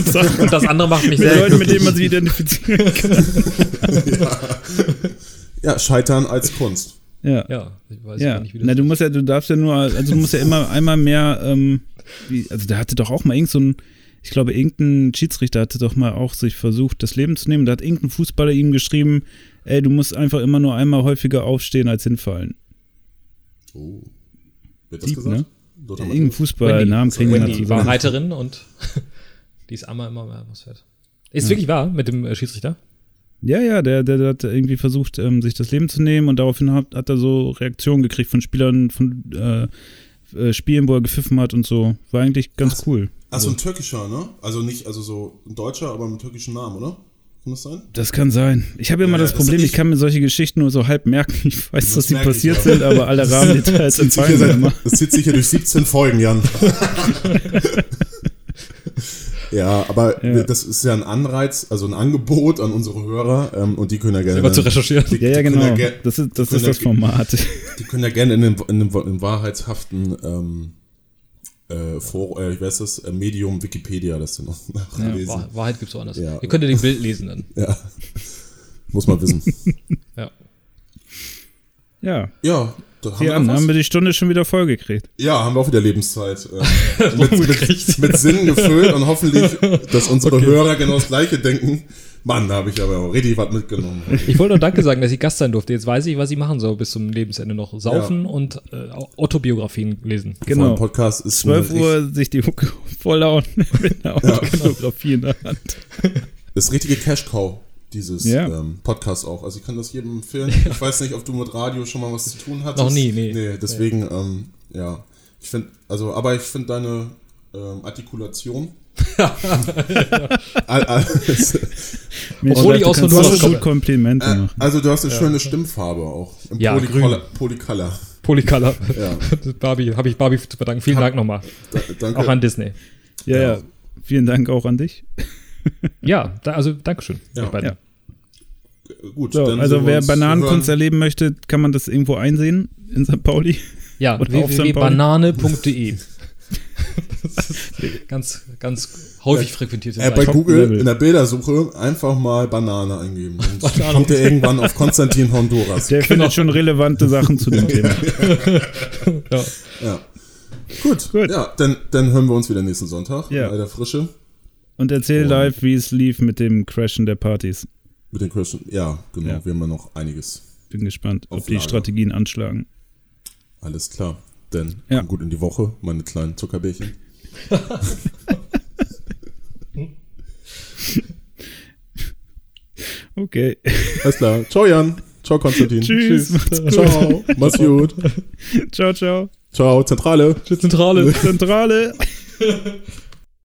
Speaker 3: Sachen
Speaker 2: Und das andere macht mich
Speaker 3: mit
Speaker 2: sehr
Speaker 3: Leuten, mit denen man
Speaker 2: glücklich.
Speaker 3: sich identifiziert.
Speaker 1: Ja, Scheitern als Kunst.
Speaker 3: Ja.
Speaker 2: Ja, ich weiß
Speaker 3: Ja,
Speaker 2: gar nicht, wie das
Speaker 3: na, du musst ja, du darfst ja nur, also du musst ja immer einmal mehr, ähm, wie, also der hatte doch auch mal irgend so ein, ich glaube, irgendein Schiedsrichter hatte doch mal auch sich versucht, das Leben zu nehmen. Da hat irgendein Fußballer ihm geschrieben, ey, du musst einfach immer nur einmal häufiger aufstehen als hinfallen.
Speaker 1: Oh. Wird das
Speaker 3: Deep,
Speaker 1: gesagt?
Speaker 3: ne?
Speaker 1: Lothar
Speaker 3: Irgendein
Speaker 1: Matthäus?
Speaker 3: Fußballer, Namen kriegen wir
Speaker 2: Wendy
Speaker 3: dazu.
Speaker 2: war Reiterin und die ist einmal immer mehr was wert. Ist wirklich wahr mit dem äh, Schiedsrichter?
Speaker 3: Ja, ja, der, der, der hat irgendwie versucht, ähm, sich das Leben zu nehmen und daraufhin hat, hat er so Reaktionen gekriegt von Spielern, von äh, äh, Spielen, wo er gepfiffen hat und so. War eigentlich ganz cool.
Speaker 1: Ach, so ein türkischer, ne? Also nicht, also so ein deutscher, aber mit türkischen Namen, oder? Kann das sein?
Speaker 3: Das kann sein. Ich habe immer
Speaker 1: Ja,
Speaker 3: das
Speaker 1: das
Speaker 3: Problem,
Speaker 1: hab
Speaker 3: ich,
Speaker 1: ich-
Speaker 3: kann mir solche Geschichten nur so halb merken. Ich weiß,
Speaker 1: Das
Speaker 3: dass die
Speaker 1: merke ich
Speaker 3: passiert
Speaker 1: auch.
Speaker 3: sind, aber alle Rahmendetails
Speaker 1: Das zieht,
Speaker 3: entfallen
Speaker 1: sich
Speaker 3: mir
Speaker 1: ja,
Speaker 3: immer.
Speaker 1: das zieht sich ja durch 17 Folgen, Jan. Ja, aber
Speaker 3: Ja.
Speaker 1: das ist ja ein Anreiz, also ein Angebot an unsere Hörer ähm, und die können ja gerne.
Speaker 2: Selber zu recherchieren.
Speaker 1: Die,
Speaker 3: Ja, ja,
Speaker 1: die können
Speaker 3: genau.
Speaker 1: ge-
Speaker 3: Das ist das,
Speaker 1: können
Speaker 3: ist das
Speaker 1: ja-
Speaker 3: Format.
Speaker 1: Die können ja gerne in dem, in dem, im wahrheitshaften ähm, äh, Vor, äh, wie heißt das? Äh, Medium Wikipedia das dann noch nachlesen.
Speaker 2: Wahr, Wahrheit gibt's woanders.
Speaker 1: Ja.
Speaker 2: Ihr könnt ja den Bild lesen dann.
Speaker 1: Ja. Muss man wissen.
Speaker 2: Ja.
Speaker 3: Ja,
Speaker 1: ja, da
Speaker 3: die
Speaker 1: haben
Speaker 3: haben,
Speaker 1: wir was.
Speaker 3: haben wir die Stunde schon wieder voll gekriegt.
Speaker 1: Ja, haben wir auch wieder Lebenszeit äh, mit, mit, mit Sinn gefüllt und hoffentlich, dass unsere Hörer genau das Gleiche denken. Mann, da habe ich aber auch richtig was mitgenommen.
Speaker 2: Ich wollte nur Danke sagen, dass ich Gast sein durfte. Jetzt weiß ich, was ich machen soll bis zum Lebensende noch. Saufen und äh, Autobiografien lesen.
Speaker 1: Genau.
Speaker 3: Genau.
Speaker 1: Podcast ist
Speaker 3: 12
Speaker 1: eine richt-
Speaker 3: Uhr sich die Hucke volllauen mit einer Autografie in der Hand.
Speaker 1: Das richtige Cash-Cow, dieses
Speaker 3: Ja.
Speaker 1: ähm, Podcast auch. Also ich kann das jedem empfehlen. Ich weiß nicht, ob du mit Radio schon mal was zu tun hattest.
Speaker 2: Noch nie, nee.
Speaker 1: Nee, deswegen, ähm, ja. Ich finde, also, aber ich finde deine ähm, Artikulation. Al- al-
Speaker 2: Obwohl ich
Speaker 3: Oh, du
Speaker 2: aus
Speaker 3: kannst
Speaker 2: Honduras
Speaker 3: so
Speaker 2: komme.
Speaker 3: gut Komplimente
Speaker 1: äh,
Speaker 3: machen.
Speaker 1: also du hast eine schöne Stimmfarbe auch. Im
Speaker 2: Ja,
Speaker 1: Polycolor- Polycolor.
Speaker 2: Polycolor.
Speaker 1: Ja.
Speaker 2: Barbie, habe ich Barbie zu verdanken. Vielen Dank nochmal.
Speaker 1: Da, danke.
Speaker 2: Auch an Disney.
Speaker 3: Ja,
Speaker 1: ja.
Speaker 3: ja. Vielen Dank auch an dich.
Speaker 2: Ja, da, also Dankeschön.
Speaker 1: Ja.
Speaker 2: euch beiden.
Speaker 3: Ja.
Speaker 1: Gut,
Speaker 3: So,
Speaker 1: dann sehen
Speaker 3: also
Speaker 1: wir
Speaker 3: wer
Speaker 1: uns
Speaker 3: Bananenkunst
Speaker 1: hören.
Speaker 3: erleben möchte, kann man das irgendwo einsehen in St. Pauli.
Speaker 2: Ja,
Speaker 3: Und auf St. Pauli.
Speaker 2: www.banane.de. Das ist ganz, ganz häufig frequentierte
Speaker 1: äh, bei
Speaker 2: Seite.
Speaker 1: Google
Speaker 3: Level.
Speaker 1: in der Bildersuche einfach mal Banane eingeben. Dann
Speaker 2: Banane.
Speaker 1: kommt ihr irgendwann auf Konstantin Honduras.
Speaker 3: Der findet schon relevante Sachen zu dem Thema.
Speaker 2: Ja.
Speaker 1: Ja. Gut.
Speaker 3: Gut.
Speaker 1: Ja, dann, dann hören wir uns wieder nächsten Sonntag
Speaker 3: Ja.
Speaker 1: bei der Frische
Speaker 3: Und erzähl
Speaker 1: Und-
Speaker 3: live, wie es lief mit dem Crashen der Partys.
Speaker 1: mit den Christian. Ja, genau.
Speaker 3: Ja.
Speaker 1: Wir haben ja noch einiges.
Speaker 3: Bin gespannt,
Speaker 1: Auf
Speaker 3: ob die
Speaker 1: Lager.
Speaker 3: Strategien anschlagen.
Speaker 1: Alles klar. Dann
Speaker 3: Ja.
Speaker 1: kommt gut in die Woche, meine kleinen Zuckerbärchen.
Speaker 3: Okay.
Speaker 1: Alles klar. Ciao, Jan. Ciao, Konstantin.
Speaker 3: Tschüss. Macht's gut.
Speaker 1: Ciao. Mach's gut.
Speaker 3: Ciao, ciao.
Speaker 1: Ciao, Zentrale.
Speaker 2: Zentrale.
Speaker 3: Zentrale.